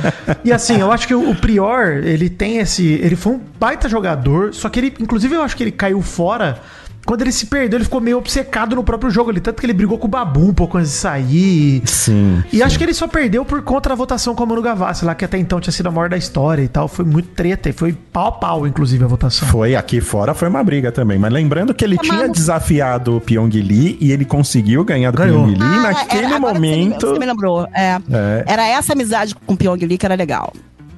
Speaker 3: e assim, eu acho que o Prior, ele tem esse. Ele foi um baita jogador, só que ele, inclusive, eu acho que ele caiu fora. Quando ele se perdeu, ele ficou meio obcecado no próprio jogo ali. Tanto que ele brigou com o Babu um pouco antes de sair.
Speaker 1: Sim.
Speaker 3: E acho que ele só perdeu por contra a votação com a Manu Gavassi, lá que até então tinha sido a maior da história e tal. Foi muito treta e foi pau a pau, inclusive, a votação.
Speaker 1: Foi aqui fora, foi uma briga também. Mas lembrando que ele
Speaker 6: Tá
Speaker 1: tinha
Speaker 6: maluco.
Speaker 1: desafiado o Pyong Lee e ele conseguiu ganhar do
Speaker 3: Ganhou.
Speaker 1: Pyong Lee.
Speaker 6: Ah,
Speaker 1: naquele
Speaker 6: era- agora que você me-
Speaker 1: momento.
Speaker 6: Você me lembrou. É.
Speaker 1: É.
Speaker 6: Era essa amizade com o Pyong Lee que era legal.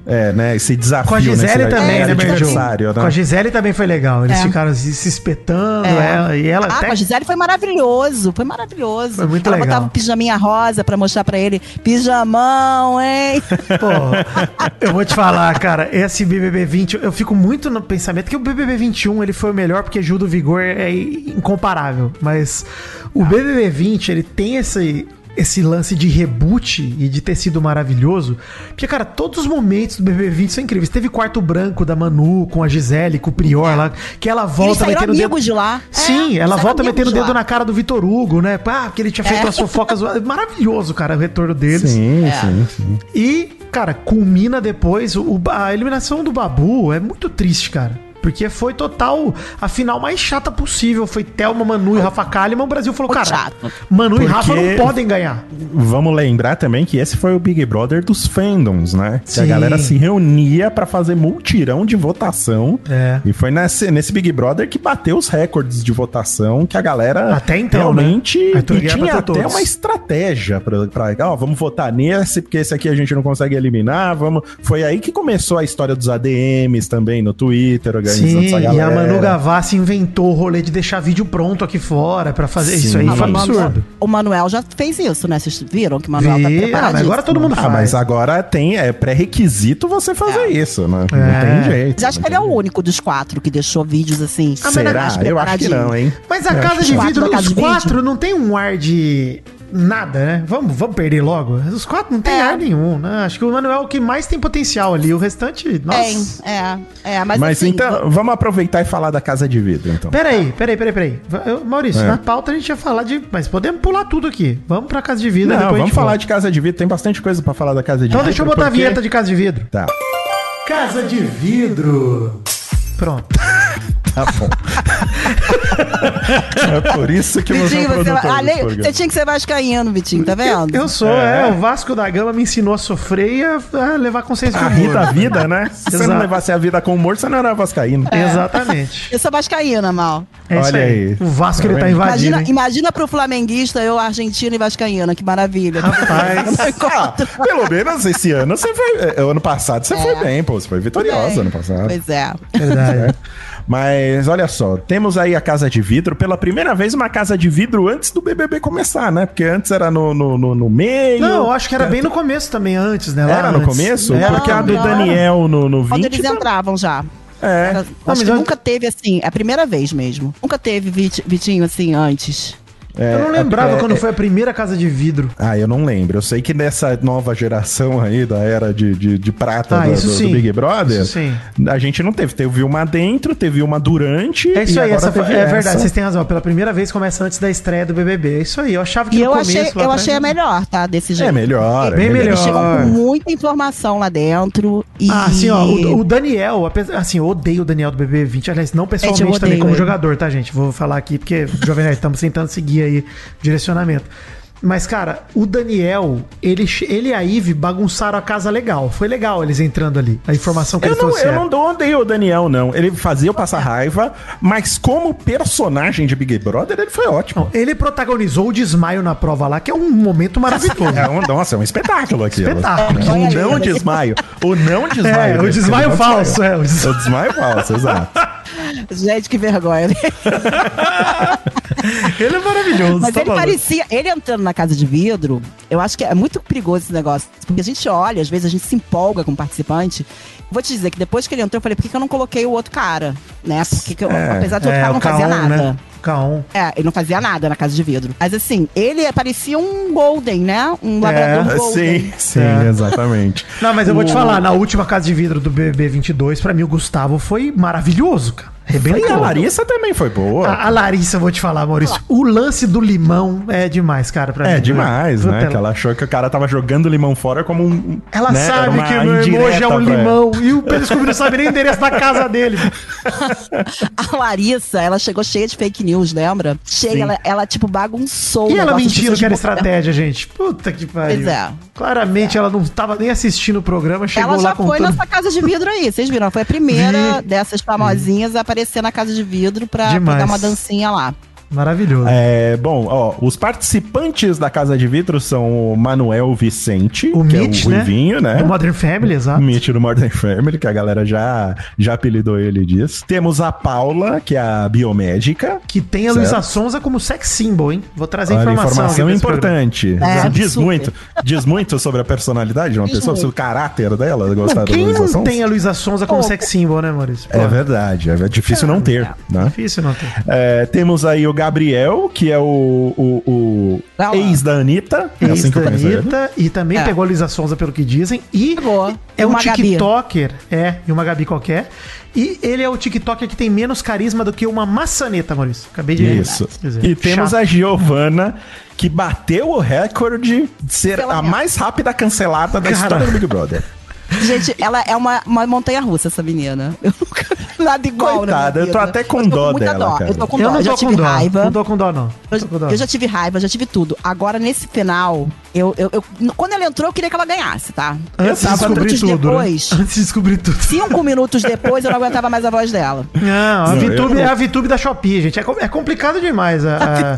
Speaker 1: É, né? Esse desafio.
Speaker 3: Com a Gisele
Speaker 1: né, esse
Speaker 3: também, né, Bernardo?
Speaker 1: adversário, né?
Speaker 3: Com a Gisele também foi legal. Eles
Speaker 6: É.
Speaker 3: ficaram se, se espetando, é, e ela
Speaker 6: Ah,
Speaker 3: até.
Speaker 6: com a Gisele foi maravilhoso. Foi maravilhoso.
Speaker 3: Foi muito
Speaker 6: Ela
Speaker 3: legal.
Speaker 6: botava o pijaminha rosa pra mostrar pra ele. Pijamão, hein?
Speaker 3: Pô, eu vou te falar, cara, esse BBB 20, eu fico muito no pensamento que o BBB 21 ele foi o melhor porque Gil do Vigor é incomparável, mas o BBB 20 ele tem esse esse lance de reboot e de ter sido maravilhoso. Porque, cara, todos os momentos do BBB 20 são incríveis. Teve quarto branco da Manu com a Gisele, com o Prior
Speaker 6: É.
Speaker 3: lá, que ela
Speaker 6: Eles
Speaker 3: volta
Speaker 6: saíram
Speaker 3: metendo o dedo.
Speaker 6: amigos de lá.
Speaker 3: Sim,
Speaker 6: É,
Speaker 3: ela
Speaker 6: saíram
Speaker 3: volta
Speaker 6: amigos
Speaker 3: metendo o
Speaker 6: de
Speaker 3: dedo
Speaker 6: lá.
Speaker 3: na cara do Vitor Hugo, né? Ah, porque ele tinha feito
Speaker 6: É.
Speaker 3: as fofocas. Maravilhoso, cara, o retorno deles.
Speaker 1: Sim, sim, sim.
Speaker 3: E, cara, culmina depois. o- o- a eliminação do Babu é muito triste, cara. Porque foi total a final mais chata possível. Foi Thelma, Manu e Rafa Kalimann. O Brasil falou,
Speaker 6: Foi
Speaker 3: cara,
Speaker 6: chato.
Speaker 3: Manu e
Speaker 1: Porque-
Speaker 3: Rafa não podem ganhar.
Speaker 1: Vamos lembrar também que esse foi o Big Brother dos fandoms, né? Que a
Speaker 3: Sim.
Speaker 1: galera se reunia pra fazer multirão de votação.
Speaker 3: É.
Speaker 1: E foi nesse, nesse Big Brother que bateu os recordes de votação que a galera
Speaker 3: Até então,
Speaker 1: realmente
Speaker 3: né? Aí tu
Speaker 1: e
Speaker 3: ia
Speaker 1: tinha
Speaker 3: bater
Speaker 1: até
Speaker 3: todos.
Speaker 1: uma estratégia pra, pra ó, vamos votar nesse, porque esse aqui a gente não consegue eliminar, vamos. Foi aí que começou a história dos ADMs também no Twitter, organizando essa
Speaker 3: Sim, e
Speaker 1: galera.
Speaker 3: a Manu Gavassi inventou o rolê de deixar vídeo pronto aqui fora pra fazer. Isso aí
Speaker 1: Sim.
Speaker 3: foi
Speaker 1: Ah, mas-
Speaker 3: absurdo.
Speaker 6: O Manuel já fez isso, né? Vocês viram que o Manuel tá
Speaker 3: Vi- ah,
Speaker 6: preparado.
Speaker 3: mas agora todo mundo
Speaker 1: Ah,
Speaker 3: faz.
Speaker 1: mas agora tem, é pré-requisito você fazer isso, né?
Speaker 3: É.
Speaker 1: Não tem jeito.
Speaker 6: Acho que ele é o único dos quatro que deixou vídeos assim.
Speaker 3: Ah, mas
Speaker 1: Será?
Speaker 6: mais
Speaker 1: Eu acho que
Speaker 6: preparadinho.
Speaker 1: não, hein?
Speaker 3: Mas a
Speaker 1: Eu
Speaker 3: casa
Speaker 1: É, acho
Speaker 3: de
Speaker 1: que- né,
Speaker 6: quatro
Speaker 3: vidro,
Speaker 6: da casa
Speaker 3: os
Speaker 6: de vidro.
Speaker 3: quatro não tem um ar de nada, né? Vamos, vamos perder logo. Os quatro não tem
Speaker 6: É.
Speaker 3: ar nenhum, né? Acho que o Manuel é o que mais tem potencial ali. O restante, nossa.
Speaker 6: Tem, é, é, mas,
Speaker 1: Mas,
Speaker 6: assim,
Speaker 1: então, vamos aproveitar e falar da casa de vidro, então.
Speaker 3: Peraí, peraí, peraí, peraí. Va- eu- Maurício,
Speaker 1: É.
Speaker 3: na pauta a gente ia falar de. Mas podemos pular tudo aqui. Vamos pra casa de vidro
Speaker 1: Não,
Speaker 3: depois a
Speaker 1: vamos
Speaker 3: gente
Speaker 1: falar
Speaker 3: volta.
Speaker 1: de casa de vidro, tem bastante coisa pra falar da casa de
Speaker 3: Então
Speaker 1: vidro.
Speaker 3: deixa eu botar a
Speaker 1: porque-
Speaker 3: vinheta de casa de vidro.
Speaker 1: Tá,
Speaker 8: Casa de Vidro.
Speaker 3: Pronto.
Speaker 1: tá bom. é por isso que você é
Speaker 6: Vitinho,
Speaker 1: um
Speaker 6: você, vai-
Speaker 1: produtor
Speaker 6: Ale-
Speaker 1: desse programa.
Speaker 6: você tinha que ser vascaíno, Vitinho, tá vendo?
Speaker 3: Eu sou, é. o Vasco da Gama me ensinou a sofrer e a, a levar consciência
Speaker 1: A
Speaker 3: de
Speaker 1: vida, a
Speaker 3: humor.
Speaker 1: vida, né? Se você não
Speaker 3: Exato. É.
Speaker 1: levasse a vida com humor, você não era vascaíno.
Speaker 6: É.
Speaker 3: Exatamente.
Speaker 6: Eu sou vascaína, Mal.
Speaker 3: É isso
Speaker 1: Olha
Speaker 3: aí.
Speaker 1: aí.
Speaker 3: O Vasco ele
Speaker 1: Tá
Speaker 3: tá
Speaker 1: vendo?
Speaker 3: invadido.
Speaker 6: Imagina,
Speaker 3: hein?
Speaker 6: imagina pro flamenguista, eu argentina e vascaína, que maravilha.
Speaker 3: Rapaz.
Speaker 1: Ah, pelo menos esse é,
Speaker 3: É.
Speaker 1: ano você foi. é, Ano passado você foi bem, pô. Você foi vitoriosa ano passado.
Speaker 6: Pois é.
Speaker 3: Verdade.
Speaker 1: Mas olha só, temos aí a Casa de Vidro. Pela primeira vez, uma Casa de Vidro antes do BBB começar, né? Porque antes era no, no, no, no meio.
Speaker 3: Não, eu acho que era bem no começo também, antes, né? Lá
Speaker 1: Era no
Speaker 3: antes. É,
Speaker 1: começo?
Speaker 3: Era,
Speaker 1: Porque a do
Speaker 6: não.
Speaker 1: Daniel no, no
Speaker 6: Quando
Speaker 1: 20.
Speaker 6: eles entravam já.
Speaker 1: É.
Speaker 6: Era- acho
Speaker 3: mas
Speaker 6: que
Speaker 3: eu-
Speaker 6: nunca teve assim, é a primeira vez mesmo. Nunca teve Vit- Vitinho assim antes.
Speaker 3: eu não lembrava
Speaker 1: é-
Speaker 3: quando
Speaker 1: é-
Speaker 3: foi a primeira casa de vidro.
Speaker 1: Ah, eu não lembro. Eu sei que nessa nova geração aí, da era de, de, de prata
Speaker 3: Ah,
Speaker 1: do,
Speaker 3: isso
Speaker 1: do- do
Speaker 3: sim.
Speaker 1: Big Brother,
Speaker 3: Isso sim.
Speaker 1: a gente não teve. Teve uma dentro, teve uma durante.
Speaker 3: É
Speaker 1: e
Speaker 3: isso aí,
Speaker 1: agora
Speaker 3: essa foi,
Speaker 1: teve
Speaker 3: é verdade,
Speaker 1: essa.
Speaker 3: vocês têm razão. Pela primeira vez começa antes da estreia do BBB. É isso aí, eu achava que
Speaker 6: E
Speaker 3: no
Speaker 6: eu
Speaker 3: começo...
Speaker 6: achei,
Speaker 3: lá
Speaker 6: eu
Speaker 3: atrás-
Speaker 6: achei a melhor, tá? Desse jeito.
Speaker 1: É melhor. é
Speaker 3: Bem
Speaker 6: Eles
Speaker 3: melhor.
Speaker 6: chegam com muita informação lá dentro. E...
Speaker 3: Ah, assim, ó, o, o Daniel, apesar- assim, eu odeio o Daniel do BB20, aliás, não pessoalmente
Speaker 6: Gente, eu
Speaker 3: também
Speaker 6: odeio
Speaker 3: como
Speaker 6: ele.
Speaker 3: jogador, tá, gente? Vou falar aqui, porque, Jovem Nerd, estamos tentando seguir aí o direcionamento. Mas, cara, o Daniel, ele, che- ele e a Ive bagunçaram a casa legal. Foi legal eles entrando ali, a informação que
Speaker 1: Eu
Speaker 3: eles
Speaker 1: não, eu
Speaker 3: trouxeram.
Speaker 1: não dou- odeio o Daniel, não. Ele fazia eu passar raiva, mas como personagem de Big Brother, ele foi ótimo.
Speaker 3: Ele protagonizou o desmaio na prova lá, que é um momento maravilhoso.
Speaker 1: É um, nossa, é um espetáculo aqui.
Speaker 3: Espetáculo.
Speaker 1: O não desmaio. O não desmaio. né?
Speaker 3: É, o
Speaker 1: dele,
Speaker 3: desmaio
Speaker 1: porque
Speaker 3: falso, é, o desmaio.
Speaker 1: O desmaio falso, exato.
Speaker 6: Gente, que vergonha. né?
Speaker 3: Ele é maravilhoso.
Speaker 6: Mas
Speaker 3: tá
Speaker 6: ele
Speaker 3: maluco.
Speaker 6: parecia. Ele entrando na casa de vidro, eu acho que é muito perigoso esse negócio. Porque a gente olha, às vezes a gente se empolga com o participante. Vou te dizer que depois que ele entrou, eu falei, por que, que eu não coloquei o outro cara? Né? Porque que eu- apesar de outro
Speaker 3: É,
Speaker 6: cara
Speaker 3: o
Speaker 6: não fazer
Speaker 3: Caon,
Speaker 6: nada.
Speaker 3: né? O Caon.
Speaker 6: É, ele não fazia nada na casa de vidro. Mas assim, ele parecia um Golden, né? Um labrador Golden.
Speaker 1: Sim, sim,
Speaker 3: É.
Speaker 1: exatamente.
Speaker 3: Não, mas eu vou te
Speaker 1: O-
Speaker 3: falar, na última casa de vidro do BBB 22, pra mim o Gustavo foi maravilhoso, cara.
Speaker 1: E a
Speaker 3: Rebentou.
Speaker 1: Larissa também foi boa.
Speaker 3: A, a Larissa, eu vou te falar, Maurício. O lance do limão é demais, cara, pra mim.
Speaker 1: É demais,
Speaker 3: Puta,
Speaker 1: né? Que ela achou que o cara tava jogando limão fora como um.
Speaker 3: Ela
Speaker 1: né? Era
Speaker 3: sabe
Speaker 1: uma
Speaker 3: que o meu emoji
Speaker 1: indireta
Speaker 3: é um
Speaker 1: pra ela.
Speaker 3: limão. E o Pedro Scooby não sabe nem o endereço da casa dele.
Speaker 6: A Larissa, ela chegou cheia de fake news, lembra? Cheia, ela, ela, tipo bagunçou.
Speaker 3: E
Speaker 6: o
Speaker 3: ela
Speaker 6: negócio, as
Speaker 3: mentindo
Speaker 6: pessoas
Speaker 3: que era
Speaker 6: mo-
Speaker 3: estratégia, gente. Puta que pariu.
Speaker 6: Pois é.
Speaker 3: Claramente ela não tava nem assistindo o programa, chegou
Speaker 6: Ela
Speaker 3: lá
Speaker 6: já foi
Speaker 3: contando.
Speaker 6: nessa casa de vidro aí, vocês viram? Ela foi a primeira dessas famosinhas a aparecer na casa de vidro pra, pra
Speaker 3: Demais.
Speaker 6: dar uma dancinha lá.
Speaker 3: Maravilhoso.
Speaker 1: É, bom, ó, os participantes da Casa de Vidro são o Manuel Vicente,
Speaker 3: O
Speaker 1: que
Speaker 3: Mitch,
Speaker 1: é Hum. o
Speaker 3: né?
Speaker 1: Ruivinho, né?
Speaker 3: Do Modern Family,
Speaker 1: O
Speaker 3: exato.
Speaker 1: Mitch do Modern Family, que a galera já, já apelidou ele disso. Temos a Paula, que é a biomédica.
Speaker 3: Que tem a Luísa
Speaker 1: Certo.
Speaker 3: Sonza como sex symbol, hein? Vou trazer
Speaker 1: Olha,
Speaker 3: informação.
Speaker 1: informação
Speaker 3: aqui nesse programa.
Speaker 1: importante.
Speaker 6: É,
Speaker 1: Isso diz
Speaker 6: super.
Speaker 1: muito. Diz muito sobre a personalidade de uma pessoa, sobre o caráter dela, gostar
Speaker 3: Não,
Speaker 1: da
Speaker 3: quem não
Speaker 1: organização.
Speaker 3: tem a Luísa Sonza
Speaker 6: Oh.
Speaker 3: como sex symbol, né, Maurício? Pô,
Speaker 1: É verdade, é difícil
Speaker 3: Ah,
Speaker 1: não ter, né?
Speaker 3: Difícil não ter.
Speaker 1: É, temos aí o Gabriel, que é o, o- o
Speaker 6: Tá lá.
Speaker 1: ex da Anitta. É assim que eu conheço ele.
Speaker 3: Anitta, e também
Speaker 6: É.
Speaker 3: pegou a Luísa Sonza, pelo que dizem. E
Speaker 6: Pegou.
Speaker 3: é
Speaker 6: E
Speaker 3: um
Speaker 6: uma Gabi.
Speaker 3: TikToker. É, e uma Gabi qualquer. E ele é o TikToker que tem menos carisma do que uma maçaneta, Maurício. Acabei de
Speaker 1: Isso.
Speaker 3: Quer dizer,
Speaker 1: E temos
Speaker 3: chato.
Speaker 1: a Giovana, que bateu o recorde de ser a
Speaker 6: Cancelamento.
Speaker 1: mais rápida cancelada da
Speaker 3: Cara.
Speaker 1: história do Big Brother.
Speaker 6: Gente, ela é uma, uma montanha russa, essa menina. Eu nunca vi nada igual, na
Speaker 1: Coitada,
Speaker 6: minha
Speaker 1: eu tô
Speaker 6: vida.
Speaker 1: até com
Speaker 6: Eu tô
Speaker 1: dó
Speaker 6: muita
Speaker 1: dela,
Speaker 6: dó.
Speaker 1: cara.
Speaker 6: Eu tô com
Speaker 3: Eu
Speaker 6: dó,
Speaker 3: não
Speaker 6: já
Speaker 3: tô com
Speaker 6: tive
Speaker 3: dó.
Speaker 6: raiva.
Speaker 3: Não tô com dó, não. Não tô com dó,
Speaker 6: Eu, eu já tive raiva, já tive tudo. Agora, nesse final, eu, eu, eu- n- quando ela entrou, eu queria que ela ganhasse, tá?
Speaker 3: não. Antes de
Speaker 6: Cinco
Speaker 3: descobrir
Speaker 6: minutos
Speaker 3: tudo. né?
Speaker 6: depois,
Speaker 3: Antes de descobrir tudo.
Speaker 6: cinco minutos depois, eu não aguentava mais a voz dela.
Speaker 3: Não, a
Speaker 1: Não,
Speaker 3: VTube
Speaker 1: eu-
Speaker 3: é a VTube da Shopee, gente. É, co- é complicado demais. a- a-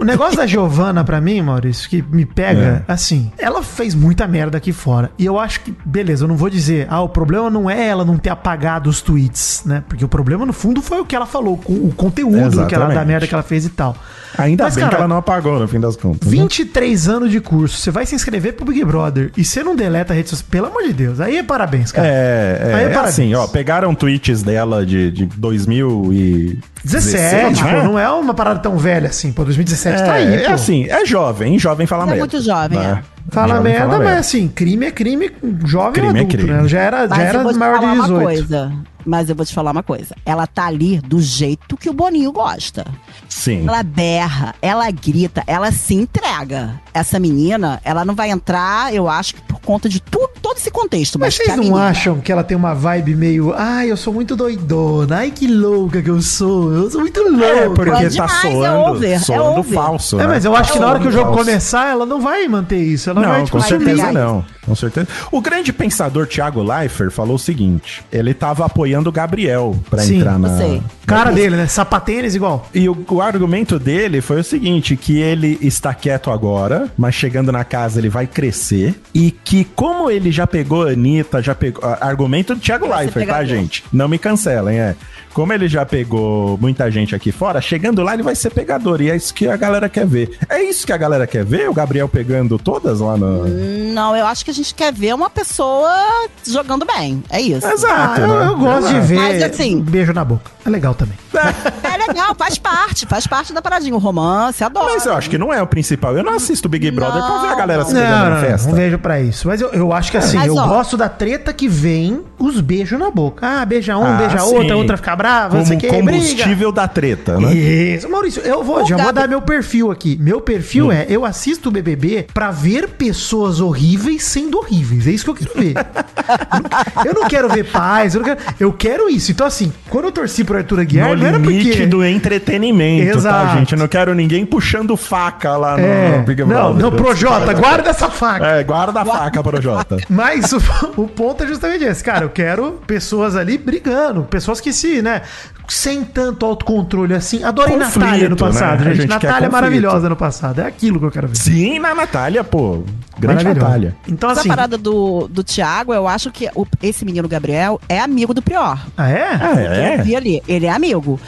Speaker 3: o negócio da Giovana, pra mim, Maurício, que me pega,
Speaker 1: É.
Speaker 3: assim, ela fez muita merda aqui fora. E eu acho que, beleza, eu não vou dizer, ah, o problema não é ela não ter apagado os tweets, né? Porque o problema, no fundo, foi o que ela falou, com o conteúdo que ela, da
Speaker 1: Exatamente.
Speaker 3: merda que ela fez e tal.
Speaker 1: Ainda
Speaker 3: Mas,
Speaker 1: bem
Speaker 3: cara,
Speaker 1: que ela não apagou, no fim das contas. né?
Speaker 3: 23 anos de curso, você vai se inscrever pro Big Brother e você não deleta a rede social, pelo amor de Deus, aí é parabéns, cara.
Speaker 1: É, é,
Speaker 3: Aí é
Speaker 1: é
Speaker 3: parabéns.
Speaker 1: assim, ó, pegaram tweets dela de, de 2017,
Speaker 3: 17,
Speaker 1: né?
Speaker 3: pô, não é uma parada tão velha assim, pô, 2017 tá
Speaker 1: É,
Speaker 3: aí,
Speaker 1: é
Speaker 3: pô.
Speaker 1: assim, é jovem, jovem fala
Speaker 6: É
Speaker 1: merda.
Speaker 6: muito jovem,
Speaker 1: né?
Speaker 3: é. Fala
Speaker 1: Jovem
Speaker 3: merda,
Speaker 1: fala
Speaker 3: mas assim, crime é crime, jovem
Speaker 1: Crime é
Speaker 3: é adulto,
Speaker 1: crime.
Speaker 3: né? Ela Já era, já
Speaker 6: Mas eu
Speaker 3: era
Speaker 6: vou te
Speaker 3: maior
Speaker 6: falar
Speaker 3: de
Speaker 6: uma
Speaker 3: 18.
Speaker 6: coisa. Mas eu vou te falar uma coisa. Ela tá ali do jeito que o Boninho gosta.
Speaker 1: Sim.
Speaker 6: Ela berra, ela grita, ela se entrega. Essa menina, ela não vai entrar, eu acho, que por conta de tudo, todo esse contexto.
Speaker 3: Mas
Speaker 6: Mas, que
Speaker 3: vocês
Speaker 6: a
Speaker 3: não
Speaker 6: menina-
Speaker 3: acham que ela tem uma vibe meio, ai, eu sou muito doidona, ai que louca que eu sou, eu sou muito louca.
Speaker 1: É, porque
Speaker 6: É
Speaker 1: tá
Speaker 6: demais, é
Speaker 1: soando,
Speaker 6: over, é
Speaker 1: soando
Speaker 6: over.
Speaker 1: falso.
Speaker 3: É,
Speaker 1: né?
Speaker 3: mas eu acho que na hora que o jogo
Speaker 1: Falso.
Speaker 3: começar, ela não vai manter isso, ela vai
Speaker 1: Não, com
Speaker 6: vai
Speaker 1: certeza
Speaker 6: pegar
Speaker 1: não. Com certeza. O grande pensador Thiago Leifert falou o seguinte: ele tava apoiando o Gabriel pra
Speaker 3: Sim,
Speaker 1: entrar
Speaker 6: eu
Speaker 1: na,
Speaker 6: sei.
Speaker 1: É
Speaker 3: Cara dele, né? Sapatênis igual.
Speaker 1: E o, o argumento dele foi o seguinte: que ele está quieto agora, mas chegando na casa ele vai crescer. E que, como ele já pegou a Anitta, já pegou. ah, Argumento do Thiago
Speaker 6: Vai ser
Speaker 1: Leifert, tá,
Speaker 6: pegador.
Speaker 1: gente? Não me cancelem, é. Como ele já pegou muita gente aqui fora, chegando lá ele vai ser pegador. E é isso que a galera quer ver. É isso que a galera quer ver? O Gabriel pegando todas lá no.
Speaker 6: Não, eu acho que a gente quer ver uma pessoa jogando bem. É isso.
Speaker 1: Exato.
Speaker 3: Ah, eu,
Speaker 1: né?
Speaker 3: eu gosto de ver
Speaker 6: Mas, assim-
Speaker 3: beijo na boca. É legal também.
Speaker 6: É legal, faz parte, faz parte da paradinha. O romance, adoro.
Speaker 1: Mas eu acho que não é o principal. Eu não assisto Big Brother pra ver a galera se
Speaker 3: Não,
Speaker 1: pegando
Speaker 3: não,
Speaker 1: na
Speaker 3: não,
Speaker 1: festa.
Speaker 3: não vejo pra isso. Mas eu, eu acho que assim,
Speaker 6: Mas,
Speaker 3: eu
Speaker 6: ó.
Speaker 3: gosto da treta que vem os beijos na boca. Ah, beija um,
Speaker 1: Ah,
Speaker 3: beija
Speaker 1: sim.
Speaker 3: outra, outra fica brava, não sei o
Speaker 1: Como
Speaker 3: Ah, que, briga.
Speaker 1: combustível da treta, né?
Speaker 3: Isso, Maurício, eu vou, já vou
Speaker 6: Gabi-
Speaker 3: dar meu perfil aqui. Meu
Speaker 1: Hum.
Speaker 3: perfil é, eu assisto o BBB pra ver pessoas horríveis sendo horríveis. É isso que eu quero ver. eu não quero ver paz, eu, não quero, eu quero isso. Então assim, quando eu torci pro Arthur Aguiar,
Speaker 1: No
Speaker 3: não era
Speaker 1: limite
Speaker 3: porque...
Speaker 1: do entretenimento,
Speaker 3: Exato.
Speaker 1: tá, gente? Eu não quero ninguém puxando faca lá no,
Speaker 3: É,
Speaker 1: no Big
Speaker 3: não,
Speaker 1: Brother.
Speaker 3: não, Projota, guarda essa faca.
Speaker 1: É, guarda a faca, Projota.
Speaker 3: Mas o, o ponto é justamente esse, cara. Eu quero pessoas ali brigando, pessoas que se, né, sem tanto autocontrole assim. Adorei
Speaker 1: Conflito,
Speaker 3: Natália no passado,
Speaker 1: né? A
Speaker 3: gente.
Speaker 1: gente quer
Speaker 3: Natália
Speaker 1: conflito.
Speaker 3: maravilhosa no passado. É aquilo que eu quero ver.
Speaker 1: Sim, na Natália, pô. Grande
Speaker 3: Maravilhosa.
Speaker 1: Natália.
Speaker 3: Então,
Speaker 6: Essa
Speaker 3: assim.
Speaker 6: parada do, do Thiago, eu acho que o- esse menino Gabriel é amigo do Prior.
Speaker 3: Ah, é?
Speaker 1: Ah,
Speaker 6: Eu
Speaker 1: é?
Speaker 6: vi ali, ele é amigo.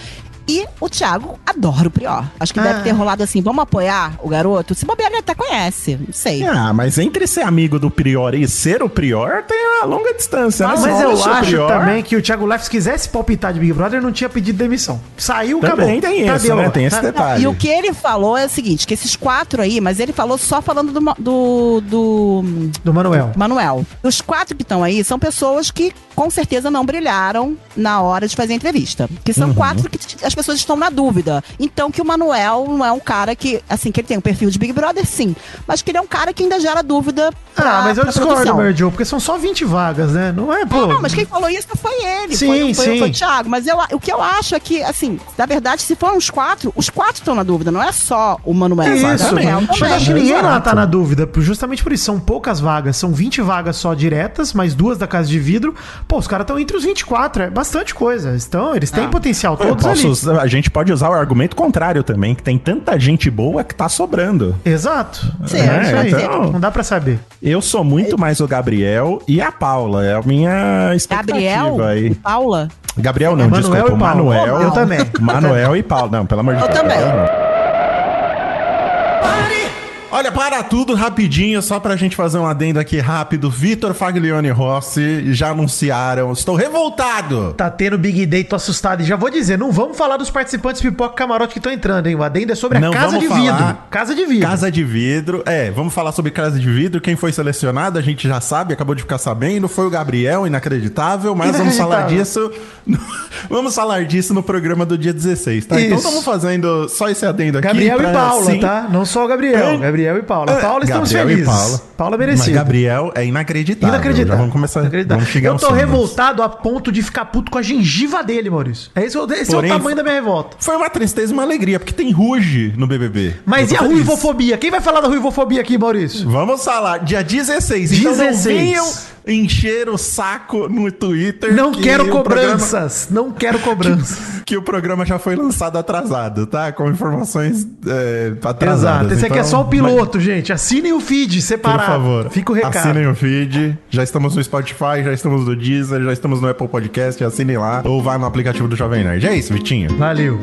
Speaker 6: E o Thiago adora o Prior. Acho que
Speaker 3: Ah.
Speaker 6: deve ter rolado assim, vamos apoiar o garoto? Se bobear, ele até conhece, não
Speaker 3: É,
Speaker 6: sei.
Speaker 1: Ah, mas entre ser amigo do Prior e ser o Prior, tem uma longa distância. né?
Speaker 3: Mas,
Speaker 1: Só
Speaker 3: eu
Speaker 1: deixa o
Speaker 3: acho
Speaker 1: Prior-
Speaker 3: também que o Thiago Leifert, se quisesse palpitar de Big Brother, não tinha pedido demissão. Saiu, acabou.
Speaker 1: Também tem
Speaker 3: Tá
Speaker 1: isso,
Speaker 3: deu,
Speaker 1: né? Tem
Speaker 3: tá-
Speaker 1: esse detalhe.
Speaker 6: E o que ele falou é o seguinte, que esses quatro aí, mas ele falou só falando do, Ma- do, do
Speaker 3: Do Manuel.
Speaker 6: Manuel. Os quatro que estão aí são pessoas que com certeza não brilharam na hora de fazer a entrevista. Que
Speaker 3: Uhum.
Speaker 6: são quatro que t- as pessoas estão na dúvida. Então que o Manuel não é um cara que, assim, que ele tem um perfil de Big Brother, sim. Mas que ele é um cara que ainda gera dúvida pra-
Speaker 3: Ah, mas eu
Speaker 6: pra
Speaker 3: discordo,
Speaker 6: produção. Ah,
Speaker 3: Merdio, porque são só 20 vagas, né? Não é, pô.
Speaker 6: Não, mas quem falou isso foi ele.
Speaker 3: Sim,
Speaker 6: foi, foi,
Speaker 3: sim.
Speaker 6: foi o Thiago. Mas eu, a- o que eu acho é que, assim, na verdade, se foram os quatro, os quatro estão na dúvida, não é só o Manuel.
Speaker 3: É isso,
Speaker 6: Gabriel
Speaker 3: mano.
Speaker 6: também.
Speaker 3: mas acho que ninguém lá
Speaker 1: Exato.
Speaker 3: tá na dúvida, por- justamente por isso, são poucas vagas, são 20 vagas só diretas, mais duas da casa de vidro. Pô, os caras estão entre os 24, é bastante coisa. Então, eles têm potencial
Speaker 1: Eu
Speaker 3: todos
Speaker 1: posso
Speaker 3: ali.
Speaker 1: usar- a gente pode usar o argumento contrário também, que tem tanta gente boa que tá sobrando.
Speaker 3: Exato.
Speaker 6: Sim,
Speaker 3: é, isso aí.
Speaker 1: pode ser.
Speaker 3: Não dá pra saber.
Speaker 1: Eu sou muito
Speaker 3: É.
Speaker 1: mais o Gabriel e a Paula. É a minha expectativa
Speaker 6: Gabriel e
Speaker 1: aí.
Speaker 6: Paula.
Speaker 1: Gabriel não,
Speaker 3: Manuel
Speaker 1: desculpa.
Speaker 3: e
Speaker 1: o
Speaker 3: Paulo.
Speaker 1: Manuel.
Speaker 3: Eu também.
Speaker 1: Manuel e Paulo. Não, pelo amor de
Speaker 6: Eu
Speaker 1: Deus.
Speaker 6: também.
Speaker 1: Olha, para tudo rapidinho, só pra gente fazer um adendo aqui rápido. Vitor Faglione e Rossi já anunciaram. Estou revoltado!
Speaker 3: Tá tendo Big Day, tô assustado. E já vou dizer, não vamos falar dos participantes pipoca e camarote que estão entrando, hein? O adendo é sobre
Speaker 1: Não
Speaker 3: a casa
Speaker 1: vamos
Speaker 3: de
Speaker 1: falar.
Speaker 3: vidro. Casa de vidro.
Speaker 1: Casa de Vidro. É, vamos falar sobre Casa de Vidro. Quem foi selecionado, a gente já sabe, acabou de ficar sabendo. Foi o Gabriel, inacreditável. Mas vamos falar disso. no- vamos falar disso no programa do dia 16, tá? Então
Speaker 3: Isso.
Speaker 1: estamos fazendo só esse adendo aqui.
Speaker 3: Gabriel
Speaker 1: pra-
Speaker 3: e Paula,
Speaker 1: sim.
Speaker 3: tá? Não só o Gabriel.
Speaker 1: É.
Speaker 3: Gabriel e Paula. Paula, estamos
Speaker 1: Gabriel e
Speaker 3: felizes.
Speaker 1: Paula. Mas
Speaker 3: merecida.
Speaker 1: Gabriel é inacreditável.
Speaker 3: Inacreditável.
Speaker 1: Já vamos começar.
Speaker 3: Inacreditável.
Speaker 1: Vamos um chegar
Speaker 3: eu
Speaker 1: aos
Speaker 3: tô
Speaker 1: Santos.
Speaker 3: revoltado a ponto de ficar puto com a gengiva dele, Maurício. É Esse, esse
Speaker 1: Porém,
Speaker 3: é o tamanho da minha revolta.
Speaker 1: Foi uma tristeza e uma alegria, porque tem ruge no BBB.
Speaker 3: Mas e
Speaker 1: Eu
Speaker 3: a
Speaker 1: tô feliz.
Speaker 3: ruivofobia? Quem vai falar da ruivofobia aqui, Maurício?
Speaker 1: Vamos falar, dia 16. Então não
Speaker 3: 16.
Speaker 1: venham encher o saco no Twitter.
Speaker 3: Não
Speaker 1: que
Speaker 3: quero
Speaker 1: o
Speaker 3: cobranças. Não quero cobranças.
Speaker 1: programa- que o programa já foi lançado atrasado, tá? Com informações é, atrasadas.
Speaker 3: Exato. Esse aqui é
Speaker 1: Então,
Speaker 3: só o piloto, gente. Assinem o feed
Speaker 1: Mas,
Speaker 3: separado.
Speaker 1: por favor,
Speaker 3: Fica o recado.
Speaker 1: assinem o feed. Já estamos no Spotify, já estamos no Deezer, já estamos no Apple Podcast. Assinem lá ou vá no aplicativo do Jovem Nerd. É isso, Vitinho.
Speaker 3: Valeu.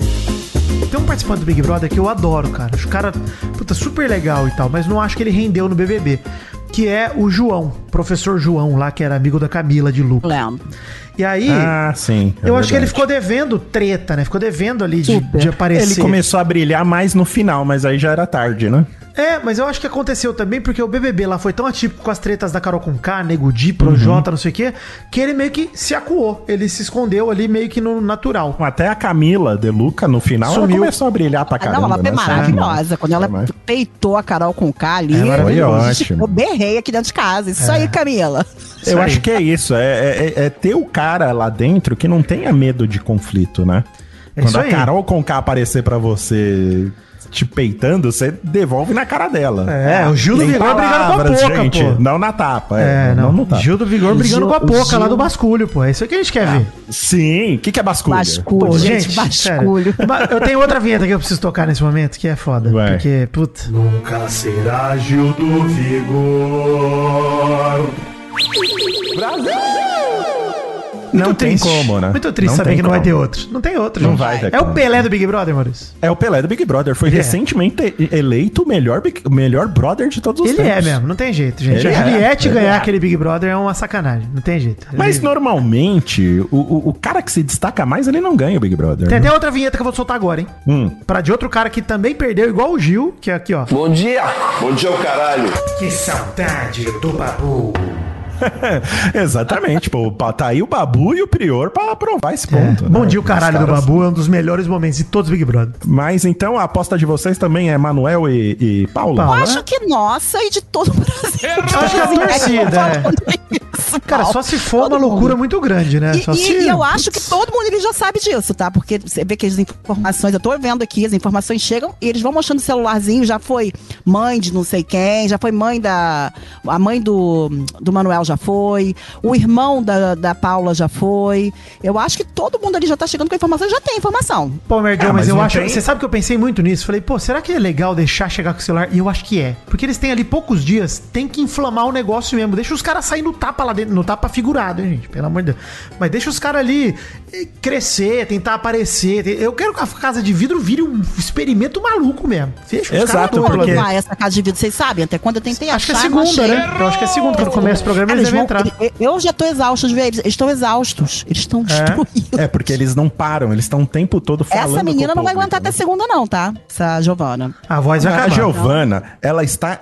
Speaker 3: Tem um participante do Big Brother que eu adoro, cara. Acho o cara, puta, super legal e tal, mas não acho que ele rendeu no BBB. Que é o João, professor João lá, que era amigo da Camila de Lucas.
Speaker 6: Lembro.
Speaker 3: E aí,
Speaker 1: Ah, sim.
Speaker 3: Eu acho que ele ficou devendo treta, né? Ficou devendo ali de,
Speaker 6: Super.
Speaker 3: de aparecer.
Speaker 1: Ele começou a brilhar mais no final, mas aí já era tarde, né?
Speaker 3: É, mas eu acho que aconteceu também porque o BBB lá foi tão atípico com as tretas da Carol Conká, Nego Di, Projota, não sei o quê, que ele meio que se acuou. Ele se escondeu ali meio que no natural.
Speaker 1: Até a Camila De Luca, no final, ela
Speaker 3: Sumiu.
Speaker 1: começou a brilhar pra
Speaker 6: Ah,
Speaker 1: caramba.
Speaker 6: não, ela foi
Speaker 1: né?
Speaker 6: maravilhosa. Quando ela
Speaker 1: Jamais.
Speaker 6: peitou a Carol com o K ali,
Speaker 1: É maravilhoso.
Speaker 6: gente,
Speaker 1: Ótimo.
Speaker 6: eu berrei aqui dentro de casa. Isso
Speaker 3: É.
Speaker 6: aí, Camila.
Speaker 1: Eu acho que é isso. É, é- é- é ter o cara lá dentro que não tenha medo de conflito, né?
Speaker 3: É
Speaker 1: Quando
Speaker 3: isso
Speaker 1: a
Speaker 3: aí.
Speaker 1: Carol Conká aparecer pra você te peitando, você devolve na cara dela.
Speaker 3: É, o Gil do
Speaker 1: Em
Speaker 3: Vigor brigando com a
Speaker 1: palavras,
Speaker 3: boca, pô.
Speaker 1: Não na tapa.
Speaker 3: É, não.
Speaker 1: no tapa.
Speaker 3: Gil do Vigor brigando
Speaker 6: Gil-
Speaker 3: com a boca
Speaker 6: Gil-
Speaker 3: lá do basculho, pô. É isso que a gente quer ver.
Speaker 1: Sim. O que, que é basculha?
Speaker 6: Basculho,
Speaker 3: Pô,
Speaker 6: gente,
Speaker 3: sério.
Speaker 6: basculho.
Speaker 3: Mas Eu tenho outra vinheta que eu preciso tocar nesse momento, que é foda.
Speaker 1: Vai.
Speaker 3: Porque, puta.
Speaker 8: Nunca será Gil do Vigor.
Speaker 1: Não tem como, né?
Speaker 3: Muito triste
Speaker 1: Não
Speaker 3: saber
Speaker 1: tem
Speaker 3: que não vai
Speaker 1: como.
Speaker 3: ter outro. Não tem outro,
Speaker 1: Não
Speaker 3: gente.
Speaker 1: vai ter
Speaker 3: É o
Speaker 1: como.
Speaker 3: Pelé do Big Brother, Maurício.
Speaker 1: É o Pelé do Big Brother. Foi
Speaker 3: Ele é.
Speaker 1: recentemente eleito o melhor, Big- o melhor brother de todos os
Speaker 3: Ele
Speaker 1: tempos.
Speaker 3: é mesmo, não tem jeito,
Speaker 1: Ele
Speaker 3: gente. a
Speaker 1: é,
Speaker 3: Juliette
Speaker 1: ele
Speaker 3: ganhar
Speaker 1: é.
Speaker 3: aquele Big Brother é uma sacanagem. Não tem jeito.
Speaker 1: Mas
Speaker 3: Ele-
Speaker 1: normalmente, o, o, o cara que se destaca mais, ele não ganha o Big Brother.
Speaker 3: Tem
Speaker 1: né?
Speaker 3: até outra vinheta que eu vou soltar agora, hein?
Speaker 1: Hum.
Speaker 3: Pra de outro cara que também perdeu, igual o Gil, que é aqui, ó.
Speaker 7: Bom dia! Bom dia, o caralho!
Speaker 8: Que saudade do Babu.
Speaker 1: Exatamente, pô. Pa- Tá aí o Babu e o Prior pra provar esse ponto.
Speaker 3: É. Bom
Speaker 1: né?
Speaker 3: dia, o caralho
Speaker 1: Os
Speaker 3: do
Speaker 1: caras-
Speaker 3: Babu é um dos melhores momentos de todos os Big Brother.
Speaker 1: Mas então a aposta de vocês também é Manuel e, e Paulo?
Speaker 3: Paulo.
Speaker 6: Eu acho que nossa e de todo o Brasil. Assim,
Speaker 3: Acho que a torcida, é.
Speaker 6: Isso,
Speaker 3: Cara,
Speaker 6: Paulo.
Speaker 3: só se for
Speaker 6: Todo
Speaker 3: uma loucura
Speaker 6: mundo.
Speaker 3: muito grande, né?
Speaker 6: E,
Speaker 3: Só
Speaker 6: e-
Speaker 3: se...
Speaker 6: e eu acho que todo mundo ele já sabe disso, tá? Porque você vê que as informações, eu tô vendo aqui, as informações chegam e eles vão mostrando o celularzinho, já foi mãe de não sei quem, já foi mãe da. A mãe do, do Manuel já foi, o irmão da, da Paula já foi. Eu acho que todo mundo ali já tá chegando com a informação, já tem informação.
Speaker 3: Pô, Merdão,
Speaker 1: Ah,
Speaker 3: mas,
Speaker 1: mas
Speaker 3: eu
Speaker 1: não
Speaker 3: acho.
Speaker 1: tem-
Speaker 3: Você sabe que eu pensei muito nisso? Falei, pô, será que é legal deixar chegar com o celular? E eu acho que é. Porque eles têm ali poucos dias, tem que inflamar o negócio mesmo. Deixa os caras sair no tapa lá dentro, no tapa figurado, hein, gente? Pelo amor de Deus. Mas deixa os caras ali eh, crescer, tentar aparecer. Tem- Eu quero que a casa de vidro vire um experimento maluco mesmo. Deixa os
Speaker 1: Exato,
Speaker 3: caras no
Speaker 1: porque-
Speaker 3: plano.
Speaker 6: Ah, essa casa de vidro, vocês sabem até quando eu tentei
Speaker 3: Acho que é
Speaker 6: achar, não
Speaker 3: segunda,
Speaker 6: achei.
Speaker 3: né? Eu acho que é segunda. Quando começa o programa,
Speaker 6: Cara,
Speaker 3: eles devem
Speaker 6: eles vão-
Speaker 3: entrar.
Speaker 6: Eu já tô exausto, eles eles estão exaustos. Eles estão destruídos.
Speaker 1: É, porque eles não param, eles estão o tempo todo
Speaker 3: É,
Speaker 1: falando.
Speaker 6: Essa menina
Speaker 1: com o
Speaker 6: não vai
Speaker 1: público,
Speaker 6: aguentar
Speaker 1: né?
Speaker 6: até segunda, não, tá? Essa Giovana.
Speaker 3: A voz vai
Speaker 1: A
Speaker 3: acabar.
Speaker 1: Giovana, ela está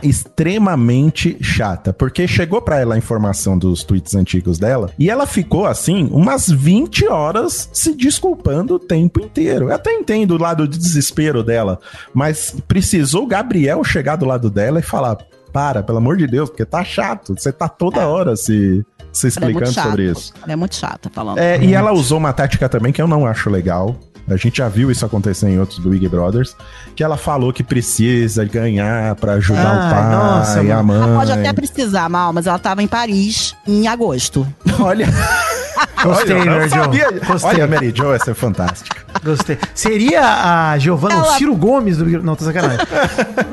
Speaker 1: extremamente chata, porque chegou pra ela a informação dos tweets antigos dela e ela ficou assim umas 20 horas se desculpando o tempo inteiro. Eu até entendo o lado de desespero dela, mas precisou o Gabriel chegar do lado dela e falar: "Para, pelo amor de Deus, porque tá chato. Você tá toda hora se se
Speaker 6: É. Ela é muito
Speaker 1: explicando
Speaker 6: chata.
Speaker 1: sobre isso."
Speaker 6: Ela é muito chata falando.
Speaker 1: É, e ela usou uma tática também que eu não acho legal. A gente já viu isso acontecer em outros Big Brothers, que ela falou que precisa ganhar pra ajudar
Speaker 3: Ai,
Speaker 1: o pai
Speaker 3: Ah, nossa, Ah,
Speaker 1: e a mãe.
Speaker 6: Ela pode até precisar, mal, mas ela tava em Paris em agosto.
Speaker 1: Olha,
Speaker 3: Gostei,
Speaker 1: olha, eu
Speaker 3: Mary Jo.
Speaker 1: sabia.
Speaker 3: Gostei.
Speaker 1: Olha, a Mary Jo, essa é fantástica.
Speaker 3: Gostei. Seria a Giovana o
Speaker 6: Ela-
Speaker 3: Ciro Gomes do Big Brother. Não, tô sacanagem.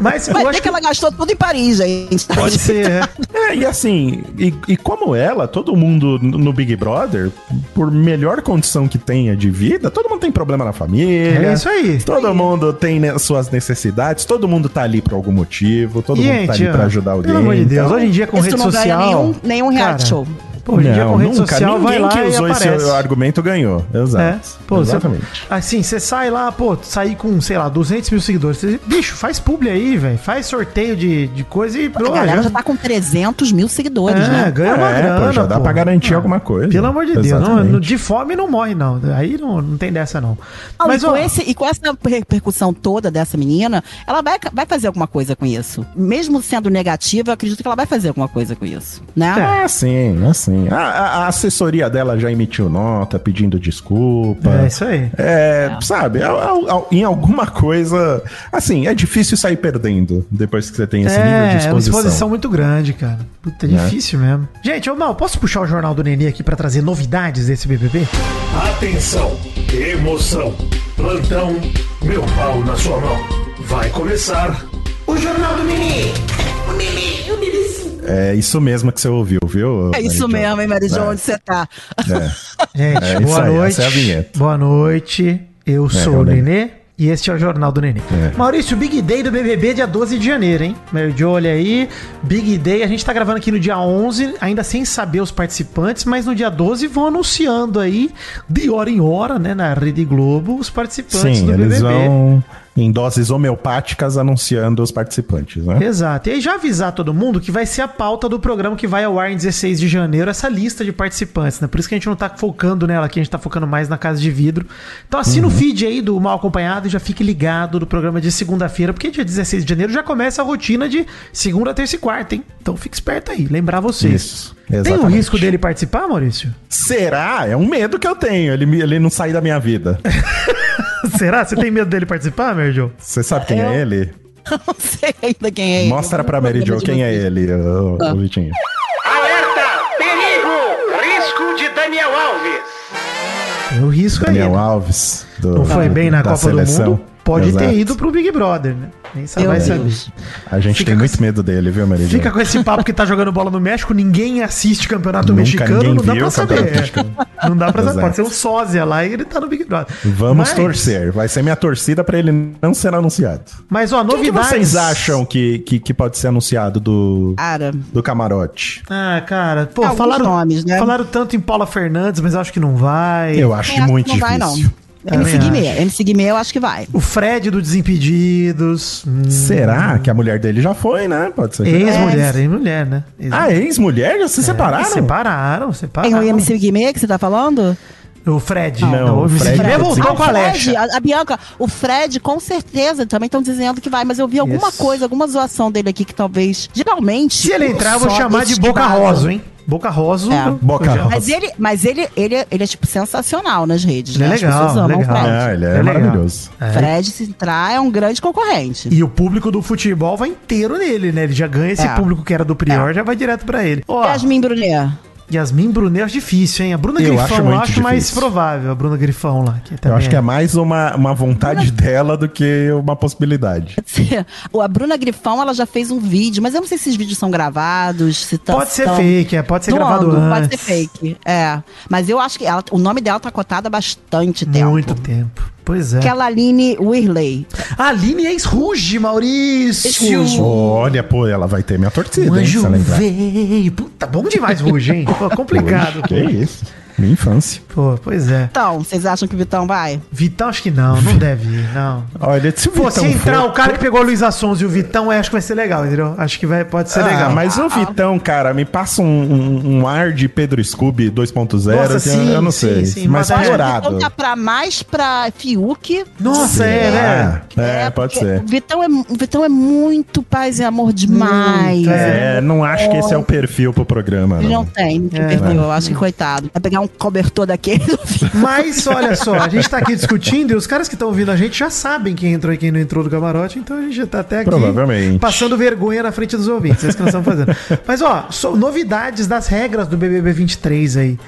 Speaker 3: Mas eu
Speaker 6: Vai
Speaker 3: acho
Speaker 6: ver que
Speaker 3: que.
Speaker 6: ela gastou tudo em Paris, gente.
Speaker 3: Pode ser, é.
Speaker 1: É, e assim, e, e como ela, todo mundo no Big Brother, por melhor condição que tenha de vida, todo mundo tem problema na família.
Speaker 3: É isso aí.
Speaker 1: Todo mundo tem né, suas necessidades, todo mundo tá ali por algum motivo, todo mundo tá ali pra ajudar alguém.
Speaker 3: Pelo amor de Deus,
Speaker 1: então-
Speaker 3: hoje em dia com
Speaker 6: Isso
Speaker 3: rede
Speaker 6: não ganha
Speaker 3: social.
Speaker 6: nenhum- nenhum reality
Speaker 3: cara,
Speaker 6: show.
Speaker 3: Pô, hoje em dia com rede social vai
Speaker 1: ninguém
Speaker 3: lá
Speaker 1: que usou
Speaker 3: e aparece.
Speaker 1: esse argumento ganhou. Exato.
Speaker 3: É. Pô, cê-
Speaker 1: Exatamente.
Speaker 3: assim, você sai lá, pô, sair com, sei lá, 200 mil seguidores. Cê- bicho, faz publi aí, velho. Faz sorteio de, de coisa e.
Speaker 6: A
Speaker 3: Pô,
Speaker 6: galera
Speaker 3: já-
Speaker 6: já tá com 300 mil seguidores,
Speaker 3: é,
Speaker 6: né?
Speaker 3: ganha uma
Speaker 1: É, pô,
Speaker 3: grana. Ah,
Speaker 1: já dá pra garantir alguma coisa.
Speaker 3: Pelo amor de Deus. Não,
Speaker 1: Exatamente.
Speaker 3: não- de fome não morre, não. Aí não, não tem dessa, não.
Speaker 6: Não,
Speaker 3: Mas,
Speaker 6: e, com
Speaker 3: ó,
Speaker 6: esse- e com essa repercussão toda dessa menina, ela vai, vai fazer alguma coisa com isso. Mesmo sendo negativa, eu acredito que ela vai fazer alguma coisa com isso,
Speaker 3: É.
Speaker 6: né?
Speaker 1: Ah, sim, assim. A, a- a assessoria dela já emitiu nota pedindo desculpa.
Speaker 3: É isso aí.
Speaker 1: É, sabe, al- al- al- em alguma coisa. Assim, é difícil sair perdendo depois que você tem esse nível de
Speaker 3: É, é uma
Speaker 1: exposição. Né?
Speaker 3: exposição muito grande, cara. Puta, é difícil mesmo. Gente, eu mal, posso puxar o jornal do Nenê aqui pra trazer novidades desse BBB?
Speaker 8: Atenção, emoção, plantão, meu pau na sua mão. Vai começar o Jornal do Nenê. O Nenê, o Nenê.
Speaker 1: É isso mesmo que você ouviu, viu?
Speaker 6: É isso
Speaker 1: Mary Jo?
Speaker 6: mesmo, hein, Marijão, onde você tá?
Speaker 3: Gente,
Speaker 1: É isso
Speaker 3: boa
Speaker 1: aí,
Speaker 3: noite.
Speaker 1: essa é a vinheta.
Speaker 3: Boa noite. Eu sou
Speaker 1: é
Speaker 3: o
Speaker 1: o
Speaker 3: Nenê. E este é o Jornal do Nenê. Maurício, Big Day do BBB dia 12 de janeiro, hein? Mary Jo, olha aí. Big Day, a gente tá gravando aqui no dia 11, ainda sem saber os participantes, mas no dia 12 vão anunciando aí, de hora em hora, né, na Rede Globo, os participantes
Speaker 1: Sim,
Speaker 3: do
Speaker 1: eles
Speaker 3: BBB.
Speaker 1: vão em doses homeopáticas anunciando os participantes, né?
Speaker 3: Exato. E aí já avisar todo mundo que vai ser a pauta do programa que vai ao ar em 16 de janeiro, essa lista de participantes, né? Por isso que a gente não tá focando nela aqui, a gente tá focando mais na Casa de Vidro. Então assina
Speaker 1: Uhum.
Speaker 3: o feed aí do Mal Acompanhado e já fique ligado do programa de segunda-feira, porque dia 16 de janeiro já começa a rotina de segunda, terça e quarta, hein? Então fique esperto aí, lembrar vocês.
Speaker 1: Isso,
Speaker 3: Tem o
Speaker 1: exatamente.
Speaker 3: risco dele participar, Maurício?
Speaker 1: Será? É um medo que eu tenho. Ele, me- ele não sair da minha vida.
Speaker 3: Será? Você tem medo dele participar, Mary Jo?
Speaker 1: Você sabe quem é ele?
Speaker 6: Não sei ainda quem é ele.
Speaker 1: Mostra pra Mary Jo quem é ele, ô,
Speaker 6: Ah.
Speaker 1: ô, Vitinho.
Speaker 9: Alerta! Perigo! Risco de Daniel Alves!
Speaker 3: Tem o risco aí.
Speaker 1: Daniel
Speaker 3: né?
Speaker 1: Alves. do-
Speaker 3: Não foi bem na
Speaker 1: é da
Speaker 3: Copa do
Speaker 1: seleção.
Speaker 3: Mundo. Pode
Speaker 1: Exato.
Speaker 3: ter ido pro Big Brother, né? Nem sabe,
Speaker 6: Meu
Speaker 3: vai saber.
Speaker 6: Deus.
Speaker 1: A gente
Speaker 3: Fica
Speaker 1: tem
Speaker 3: com
Speaker 1: muito medo dele, viu, Mary Jo?
Speaker 3: Fica com esse papo que tá jogando bola no México, ninguém assiste campeonato
Speaker 1: Nunca
Speaker 3: mexicano,
Speaker 1: ninguém
Speaker 3: não dá
Speaker 1: viu
Speaker 3: pra
Speaker 1: o campeonato
Speaker 3: saber.
Speaker 1: mexicano.
Speaker 3: Não dá pra saber.
Speaker 1: Exato.
Speaker 3: Pode ser um sósia lá e ele tá no Big Brother.
Speaker 1: Vamos
Speaker 3: Mas-
Speaker 1: torcer. Vai ser minha torcida pra ele não ser anunciado.
Speaker 3: Mas, ó,
Speaker 1: O que
Speaker 3: novidades.
Speaker 1: vocês acham que, que, que pode ser anunciado do,
Speaker 6: Cara,
Speaker 1: do camarote?
Speaker 3: Ah, cara, pô,
Speaker 6: Alguns
Speaker 3: falaram,
Speaker 6: nomes, né?
Speaker 3: falaram tanto em Paula Fernandes, mas eu acho que não vai.
Speaker 1: Eu acho
Speaker 6: eu acho
Speaker 1: muito
Speaker 6: que não vai, não.
Speaker 1: difícil.
Speaker 3: Também
Speaker 6: MC Guimê.
Speaker 3: acho.
Speaker 6: MC Guimê eu acho que vai.
Speaker 3: O Fred do Desimpedidos. hum,
Speaker 1: Será que a mulher dele já foi, né? Pode ser. que-
Speaker 3: Ex-mulher, ex-mulher, né? Ex
Speaker 1: Ah, é? ex-mulher? Já
Speaker 3: É,
Speaker 1: se separaram?
Speaker 3: Separaram,
Speaker 6: Tem o
Speaker 3: separaram.
Speaker 6: MC Guimê que você tá falando? Ah,
Speaker 3: O Fred.
Speaker 1: Não, o
Speaker 3: o Fred,
Speaker 1: Fred é
Speaker 3: Fred
Speaker 1: do
Speaker 3: voltou
Speaker 1: Desimpedidos.
Speaker 3: É, com a
Speaker 6: Fred,
Speaker 3: Alexa.
Speaker 6: a, a Bianca, o Fred, com certeza, também estão dizendo que vai, mas eu vi alguma
Speaker 3: Isso.
Speaker 6: coisa, alguma zoação dele aqui que talvez. Geralmente.
Speaker 3: Se ele entrar, eu vou
Speaker 6: tipo, só
Speaker 3: chamar de
Speaker 6: esses
Speaker 3: Boca
Speaker 6: vazam.
Speaker 3: Rosa, hein? Boca Rosa.
Speaker 6: É.
Speaker 1: Boca
Speaker 3: Já-
Speaker 6: Mas ele, mas ele, ele, é- ele é tipo sensacional nas redes.
Speaker 3: Ele é
Speaker 6: né? As pessoas
Speaker 3: legal,
Speaker 6: amam o
Speaker 3: legal.
Speaker 6: Fred.
Speaker 1: Ah, ele é,
Speaker 3: É legal.
Speaker 1: maravilhoso.
Speaker 6: Fred, se entrar, é um grande concorrente.
Speaker 3: E o público do futebol vai inteiro nele, né? Ele já ganha esse
Speaker 6: É.
Speaker 3: público que era do Prior, já vai direto pra ele. Ó,
Speaker 6: Jasmine Brunet.
Speaker 3: Yasmin Brunet eu acho difícil, hein? A Bruna
Speaker 1: Eu
Speaker 3: Grifão
Speaker 1: acho
Speaker 3: eu
Speaker 1: muito
Speaker 3: acho mais
Speaker 1: difícil.
Speaker 3: provável, a Bruna Grifão lá. Que
Speaker 1: Eu
Speaker 3: também
Speaker 1: acho que é mais uma, uma vontade dela do que uma possibilidade.
Speaker 6: A Bruna Grifão, ela já fez um vídeo, mas eu não sei se esses vídeos são gravados, se tá-
Speaker 3: Pode ser
Speaker 6: tão-
Speaker 3: fake, é, pode ser gravado
Speaker 6: doando,
Speaker 3: antes.
Speaker 6: Pode ser fake, é. Mas eu acho que ela- o nome dela tá cotado há bastante tempo.
Speaker 3: Muito tempo. Pois é.
Speaker 6: Aquela Aline Whirley.
Speaker 3: A Aline é ex-ruge, Maurício.
Speaker 6: Ex-Ruge.
Speaker 1: Olha, pô, ela vai ter minha torcida,
Speaker 3: O
Speaker 1: hein?
Speaker 3: Um anjo
Speaker 1: Se ela é entrar.
Speaker 3: veio. Puta, bom demais, Ruge, hein? Pô, complicado.
Speaker 1: Que isso? Minha infância.
Speaker 3: Pô, pois é.
Speaker 6: Então, vocês acham que o Vitão vai?
Speaker 3: Vitão, acho que não, não deve ir, não.
Speaker 1: Olha, se o
Speaker 3: Pô, se
Speaker 1: Vitão
Speaker 3: entrar
Speaker 1: for-
Speaker 3: o cara que pegou o Luiz Assons e o Vitão, eu acho que vai ser legal, entendeu? Acho que vai, pode ser
Speaker 1: Ah,
Speaker 3: legal.
Speaker 1: mas o Vitão, cara, me passa um, um- um ar de Pedro Scooby 2.0.
Speaker 3: Nossa,
Speaker 1: assim,
Speaker 3: sim,
Speaker 1: eu não
Speaker 3: sim,
Speaker 1: sei.
Speaker 3: sim,
Speaker 1: mas
Speaker 3: mas acho que
Speaker 6: O Vitão
Speaker 1: piorado.
Speaker 6: tá pra mais pra Fiuk.
Speaker 3: Nossa, é, né?
Speaker 1: É, pode
Speaker 6: porque
Speaker 1: ser.
Speaker 6: O Vitão, é, o Vitão é muito paz e amor demais.
Speaker 1: É, não acho que esse é o perfil pro programa.
Speaker 6: Ele
Speaker 1: Não.
Speaker 6: não tem, não tem
Speaker 3: É.
Speaker 6: perfil, eu acho que coitado. Vai pegar um cobertor daquele.
Speaker 3: Mas olha só, a gente tá aqui discutindo e os caras que estão ouvindo a gente já sabem quem entrou e quem não entrou do camarote, então a gente já tá até aqui
Speaker 1: Provavelmente.
Speaker 3: passando vergonha na frente dos ouvintes, é isso que nós estamos fazendo. Mas ó, so- novidades das regras do BBB 23 aí.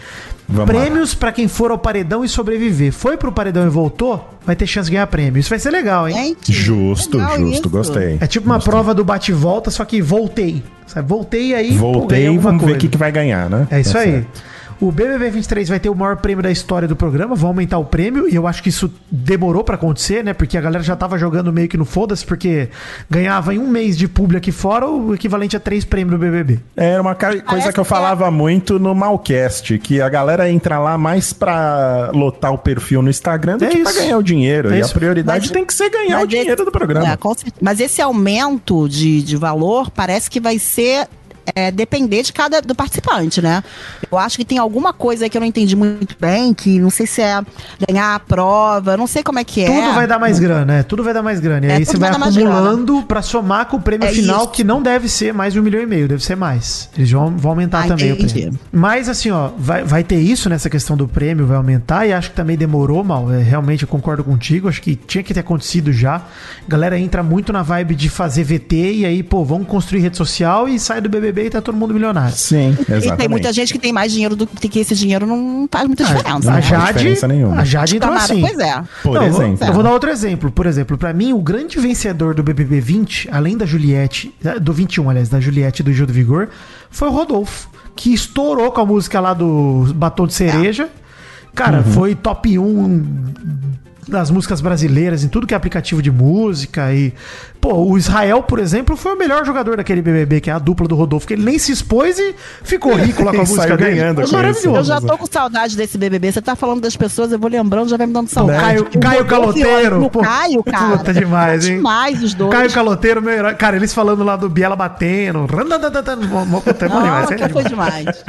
Speaker 1: Vamos
Speaker 3: Prêmios pra quem for ao paredão e sobreviver. Foi pro paredão e voltou, vai ter chance de ganhar prêmio. Isso vai ser legal, hein?
Speaker 6: Gente,
Speaker 1: Justo,
Speaker 6: legal
Speaker 1: justo,
Speaker 6: isso.
Speaker 1: gostei.
Speaker 3: É tipo uma prova do bate-volta, só que voltei. Sabe? Voltei aí. pô, ganhei
Speaker 1: Voltei e
Speaker 3: alguma
Speaker 1: vamos ver o
Speaker 3: coisa.
Speaker 1: que, que vai ganhar, né?
Speaker 3: É isso
Speaker 1: Tá
Speaker 3: aí.
Speaker 1: certo.
Speaker 3: O BBB 23 vai ter o maior prêmio da história do programa, vão aumentar o prêmio, e eu acho que isso demorou pra acontecer, né? Porque a galera já tava jogando meio que no foda-se, porque ganhava em um mês de público aqui fora o equivalente a três prêmios do BBB.
Speaker 1: É, Era uma ca- coisa que eu
Speaker 6: que é-
Speaker 1: falava muito no Malcast, que a galera entra lá mais pra lotar o perfil no Instagram do
Speaker 3: É
Speaker 1: que pra
Speaker 3: isso.
Speaker 1: ganhar o dinheiro.
Speaker 3: É
Speaker 1: e a
Speaker 3: isso.
Speaker 1: prioridade
Speaker 6: Mas-
Speaker 1: tem que ser ganhar
Speaker 6: mas
Speaker 1: o dinheiro
Speaker 6: esse-
Speaker 1: do programa.
Speaker 6: É, com certeza. Mas esse aumento de, de valor parece que vai ser. é, depender de cada do participante, né? Eu acho que tem alguma coisa aí que eu não entendi muito bem, que não sei se é ganhar a prova, não sei como é que é.
Speaker 3: Tudo vai dar mais grana, é. Tudo vai dar mais grana. E
Speaker 6: É,
Speaker 3: aí
Speaker 6: tudo
Speaker 3: você vai,
Speaker 6: vai dar mais
Speaker 3: acumulando pra somar com o prêmio
Speaker 6: É
Speaker 3: final,
Speaker 6: isso.
Speaker 3: que não deve ser mais de um milhão e meio, deve ser mais. Eles vão, vão aumentar
Speaker 6: Ah,
Speaker 3: também o
Speaker 6: entendi.
Speaker 3: prêmio. Mas assim, ó, vai, vai ter isso nessa questão do prêmio, vai aumentar, e acho que também demorou, mal. é, realmente eu concordo contigo, acho que tinha que ter acontecido já. Galera entra muito na vibe de fazer VT, e aí, pô, vamos construir rede social e sai do BBB e tá todo mundo milionário.
Speaker 1: Sim,
Speaker 6: E tem muita
Speaker 1: exatamente.
Speaker 6: gente que tem mais dinheiro do que que esse dinheiro não faz muita diferença.
Speaker 3: A
Speaker 6: né?
Speaker 1: faz
Speaker 3: Jade,
Speaker 1: diferença nenhuma.
Speaker 3: a Jade Ah, entrou
Speaker 6: Camada,
Speaker 3: assim.
Speaker 6: Pois é.
Speaker 1: Por
Speaker 3: Não, eu vou-
Speaker 1: exemplo.
Speaker 3: Eu vou dar outro exemplo. Por exemplo, pra mim, o grande vencedor do BBB 20, além da Juliette, da- do 21, aliás, da Juliette e do Gil do Vigor, foi o Rodolfo, que estourou com a música lá do Batom de Cereja. Cara,
Speaker 1: Uhum.
Speaker 3: foi top 1 das músicas brasileiras, em tudo que é aplicativo de música e... Pô, o Israel, por exemplo, foi o melhor jogador daquele BBB, que é a dupla do Rodolfo, que ele nem se expôs e ficou rico lá com a
Speaker 1: E saiu
Speaker 3: música dele.
Speaker 1: ganhando com isso.
Speaker 3: Maravilhoso.
Speaker 6: Eu já tô com saudade desse BBB. Você tá falando das pessoas, eu vou lembrando, já vai me dando saudade.
Speaker 3: Né? Caio-
Speaker 6: O
Speaker 3: Caio
Speaker 6: Rodolfo
Speaker 3: Caloteiro,
Speaker 6: e O
Speaker 3: pô.
Speaker 6: Caio, cara. Tá
Speaker 3: Puta, demais, hein?
Speaker 6: Demais os dois.
Speaker 3: Caio Caloteiro, meu herói. Cara, eles falando lá do Biela batendo. randadatatan, mó- mó- puta, é bom demais,
Speaker 6: Nossa,
Speaker 3: é
Speaker 6: foi
Speaker 3: demais.
Speaker 6: demais.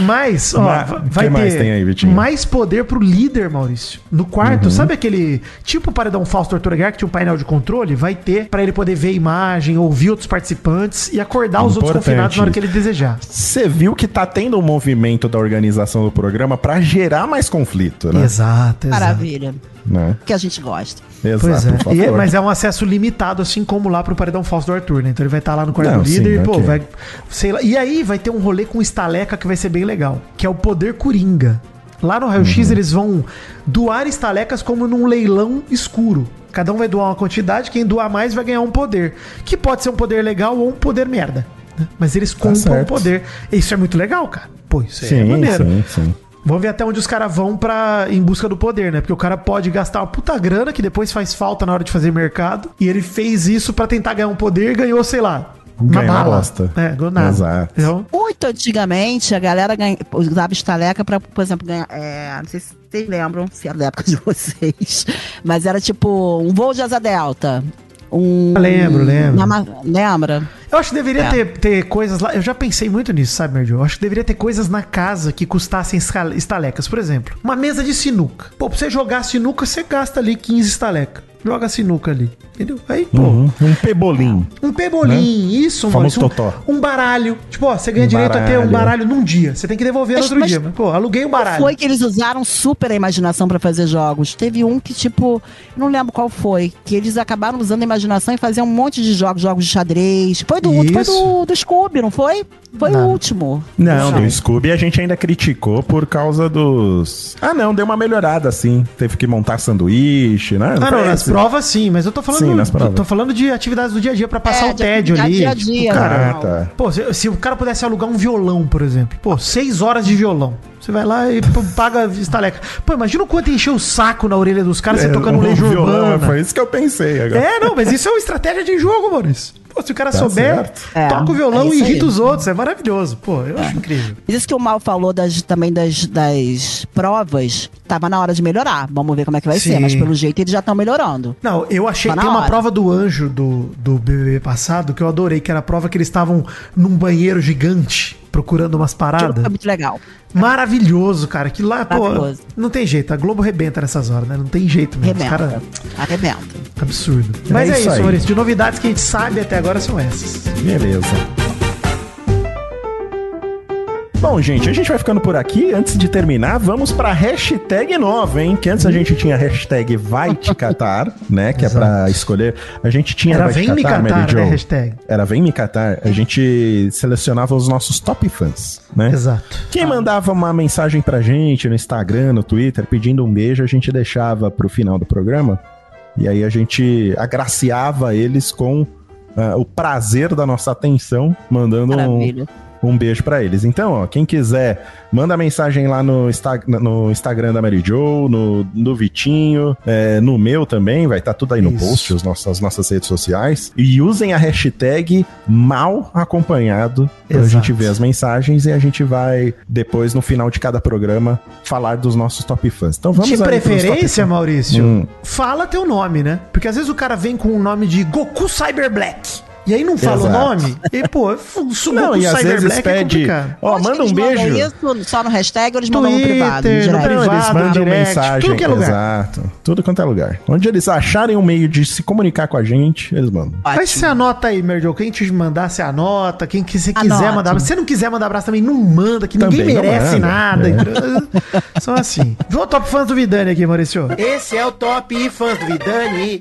Speaker 3: Mas, ó,
Speaker 1: Ma-
Speaker 3: vai
Speaker 1: que
Speaker 3: ter
Speaker 1: mais tem aí, Vitinho? Uhum.
Speaker 3: mais poder pro líder, Maurício. No quarto, sabe Sabe aquele tipo paredão falso tortura guerra que tinha um painel de controle? Vai ter pra ele poder ver a imagem, ouvir outros participantes e acordar os outros
Speaker 1: Importante.
Speaker 3: confinados na hora que ele desejar.
Speaker 1: Você viu que tá tendo um movimento da organização do programa pra gerar mais conflito, né?
Speaker 3: Exato, exato.
Speaker 6: Maravilha.
Speaker 1: Né?
Speaker 6: Que a gente gosta.
Speaker 1: Exato.
Speaker 3: Pois
Speaker 1: por
Speaker 3: é.
Speaker 1: favor.
Speaker 3: E é- mas é um acesso limitado, assim como lá pro Paredão Falso do Arthur, né? Então ele vai estar lá no quarto
Speaker 1: Não,
Speaker 3: do
Speaker 1: sim, é.
Speaker 3: líder e, pô,
Speaker 1: ok.
Speaker 3: vai. Sei lá. E aí vai ter um rolê com estaleca que vai ser bem legal, que é o Poder Coringa. Lá no Raio
Speaker 1: Uhum.
Speaker 3: X eles vão doar estalecas como num leilão escuro. Cada um vai doar uma quantidade, quem doar mais vai ganhar um poder. Que pode ser um poder legal ou um poder merda. né? Mas eles compram o
Speaker 1: Tá certo.
Speaker 3: poder. Isso é muito legal, cara. Pô, isso é
Speaker 1: Sim,
Speaker 3: maneiro.
Speaker 1: sim, sim.
Speaker 3: Vamos ver até onde os caras vão pra, em busca do poder, né? Porque o cara pode gastar uma puta grana que depois faz falta na hora de fazer mercado. E ele fez isso pra tentar ganhar um poder e ganhou, sei lá. Uma
Speaker 1: Ganhou
Speaker 3: bala.
Speaker 1: bosta.
Speaker 3: É, ganhou nada.
Speaker 1: Exato.
Speaker 3: Então,
Speaker 6: Muito antigamente, a galera ganha, usava estaleca pra, por exemplo, ganhar. é, não sei se vocês lembram, se era da época de vocês, mas era tipo um voo de asa delta. Um,
Speaker 3: Lembro, lembro.
Speaker 6: uma ma- lembra?
Speaker 3: eu acho que deveria ter, ter coisas lá. Eu já pensei muito nisso, sabe, Merdio? Eu acho que deveria ter coisas na casa que custassem esca- estalecas. Por exemplo, uma mesa de sinuca. Pô, pra você jogar sinuca, você gasta ali 15 estalecas. Joga sinuca ali. Entendeu? Aí, pô.
Speaker 1: Uhum. Um pebolim.
Speaker 3: Um pebolim, isso,
Speaker 1: Né? Famoso
Speaker 3: Maurício,
Speaker 1: totó.
Speaker 3: um, um baralho. Tipo, ó, você ganha
Speaker 1: Um
Speaker 3: direito a ter um
Speaker 1: baralho.
Speaker 3: baralho num dia. Você tem que devolver no
Speaker 6: Mas-
Speaker 3: outro
Speaker 6: mas-
Speaker 3: dia. Mas, pô, aluguei um baralho.
Speaker 6: Foi que eles usaram super a imaginação pra fazer jogos. Teve um que, tipo, eu não lembro qual foi, que eles acabaram usando a imaginação e faziam um monte de jogos, jogos de xadrez. Foi do último, foi
Speaker 3: Isso.
Speaker 6: do, do Scooby, não foi? Foi o último.
Speaker 1: Não, do Scooby a gente ainda criticou por causa dos. Ah, não, deu uma melhorada assim. Teve que montar sanduíche, né?
Speaker 3: Ah, não,
Speaker 1: Foi
Speaker 3: nas
Speaker 1: esse?
Speaker 3: provas sim, mas eu tô falando,
Speaker 1: Sim, nas provas.
Speaker 3: tô falando de atividades do dia a dia pra passar
Speaker 6: É,
Speaker 3: o
Speaker 6: de
Speaker 3: tédio ali.
Speaker 6: atividade dia né?
Speaker 3: Tipo,
Speaker 6: a dia,
Speaker 3: cara,
Speaker 1: Ah, tá.
Speaker 3: pô, se, se o cara pudesse alugar um violão, por exemplo. Pô, seis horas de violão. Você vai lá e pô, paga estaleca. Pô, imagina o quanto encheu o saco na orelha dos
Speaker 1: É,
Speaker 3: caras, você tocando um legião urbana.
Speaker 1: Foi isso que eu pensei agora.
Speaker 3: É, não, mas isso é uma estratégia de jogo, Maurício. Pô, se o cara
Speaker 1: Tá
Speaker 3: souber,
Speaker 1: certo.
Speaker 6: É,
Speaker 3: toca o
Speaker 6: é
Speaker 3: violão
Speaker 6: isso
Speaker 3: e irrita
Speaker 6: aí. É.
Speaker 3: os outros. É maravilhoso. Pô, eu acho incrível.
Speaker 6: Mas isso que o Mal falou das, também das, das provas, tava na hora de melhorar. Vamos ver como é que vai
Speaker 3: Sim.
Speaker 6: ser, mas pelo jeito eles já estão melhorando.
Speaker 3: Não, eu achei
Speaker 6: Tá
Speaker 3: que
Speaker 6: na
Speaker 3: tem uma
Speaker 6: hora.
Speaker 3: prova do anjo do, do BBB passado que eu adorei, que era a prova que eles estavam num banheiro gigante procurando umas paradas.
Speaker 6: Foi muito legal.
Speaker 3: Maravilhoso, cara. Que lá, pô,
Speaker 6: Maravilhoso.
Speaker 3: não tem jeito. A Globo rebenta nessas horas, né? Não tem jeito mesmo. Os
Speaker 6: Arrebenta.
Speaker 3: cara,
Speaker 6: Arrebenta.
Speaker 3: absurdo. Mas é,
Speaker 1: isso
Speaker 3: isso,
Speaker 1: aí.
Speaker 3: Maurício. De novidades que a gente sabe até agora são essas.
Speaker 1: Beleza. Bom, gente, a gente vai ficando por aqui. Antes de terminar, vamos pra hashtag nova, hein? Que antes a gente tinha hashtag vai te catar, né? Que é pra escolher. A gente tinha
Speaker 3: Era
Speaker 1: vai te
Speaker 3: vem me
Speaker 1: Mary
Speaker 3: catar, né?
Speaker 1: Jo?
Speaker 3: Hashtag.
Speaker 1: Era vem me catar. A gente selecionava os nossos top fãs, né?
Speaker 3: Exato.
Speaker 1: Quem mandava uma mensagem pra gente no Instagram, no Twitter, pedindo um beijo, a gente deixava pro final do programa. E aí a gente agraciava eles com ah, o prazer da nossa atenção, mandando um,
Speaker 6: Maravilha.
Speaker 1: um beijo pra eles. Então, ó, quem quiser, manda mensagem lá no, Insta- no Instagram da Mary Jo, no do Vitinho, é, no meu também, vai estar tudo aí no
Speaker 3: Isso.
Speaker 1: post, os nossos- as nossas redes sociais. E usem a hashtag mal acompanhado pra
Speaker 3: Exato.
Speaker 1: gente ver as mensagens e a gente vai, depois, no final de cada programa, falar dos nossos top fãs. Então vamos
Speaker 3: de
Speaker 1: aí pros top
Speaker 3: preferência,
Speaker 1: fãs.
Speaker 3: Maurício,
Speaker 1: Hum.
Speaker 3: fala teu nome, né? Porque às vezes o cara vem com o nome de Goku Cyber Black. E aí não fala o
Speaker 1: Exato.
Speaker 3: nome. E, pô, su-
Speaker 1: Não,
Speaker 3: Goku
Speaker 1: e às vezes pede.
Speaker 3: é complicado.
Speaker 1: Ó,
Speaker 6: Onde
Speaker 1: manda
Speaker 6: que
Speaker 1: um
Speaker 6: eles mandam
Speaker 1: beijo.
Speaker 6: Isso só no hashtag ou eles mandam no privado?
Speaker 3: Twitter, no
Speaker 6: direto?
Speaker 3: privado,
Speaker 1: Não, eles mandam
Speaker 3: direct,
Speaker 1: mensagem.
Speaker 3: tudo que é lugar.
Speaker 1: Exato. Tudo quanto é lugar. Onde eles acharem um meio de se comunicar com a gente, eles mandam.
Speaker 3: Mas você anota aí, Merdio. Quem te mandar, você anota. Quem que você quiser
Speaker 6: Anota.
Speaker 3: mandar. Se você não quiser mandar abraço também, não manda, que
Speaker 1: Também
Speaker 3: ninguém
Speaker 1: não
Speaker 3: merece
Speaker 1: manda. É.
Speaker 3: nada. São assim. Vou top fãs do Vidani aqui, Maurício.
Speaker 10: Esse é o Top Fãs do Vidani.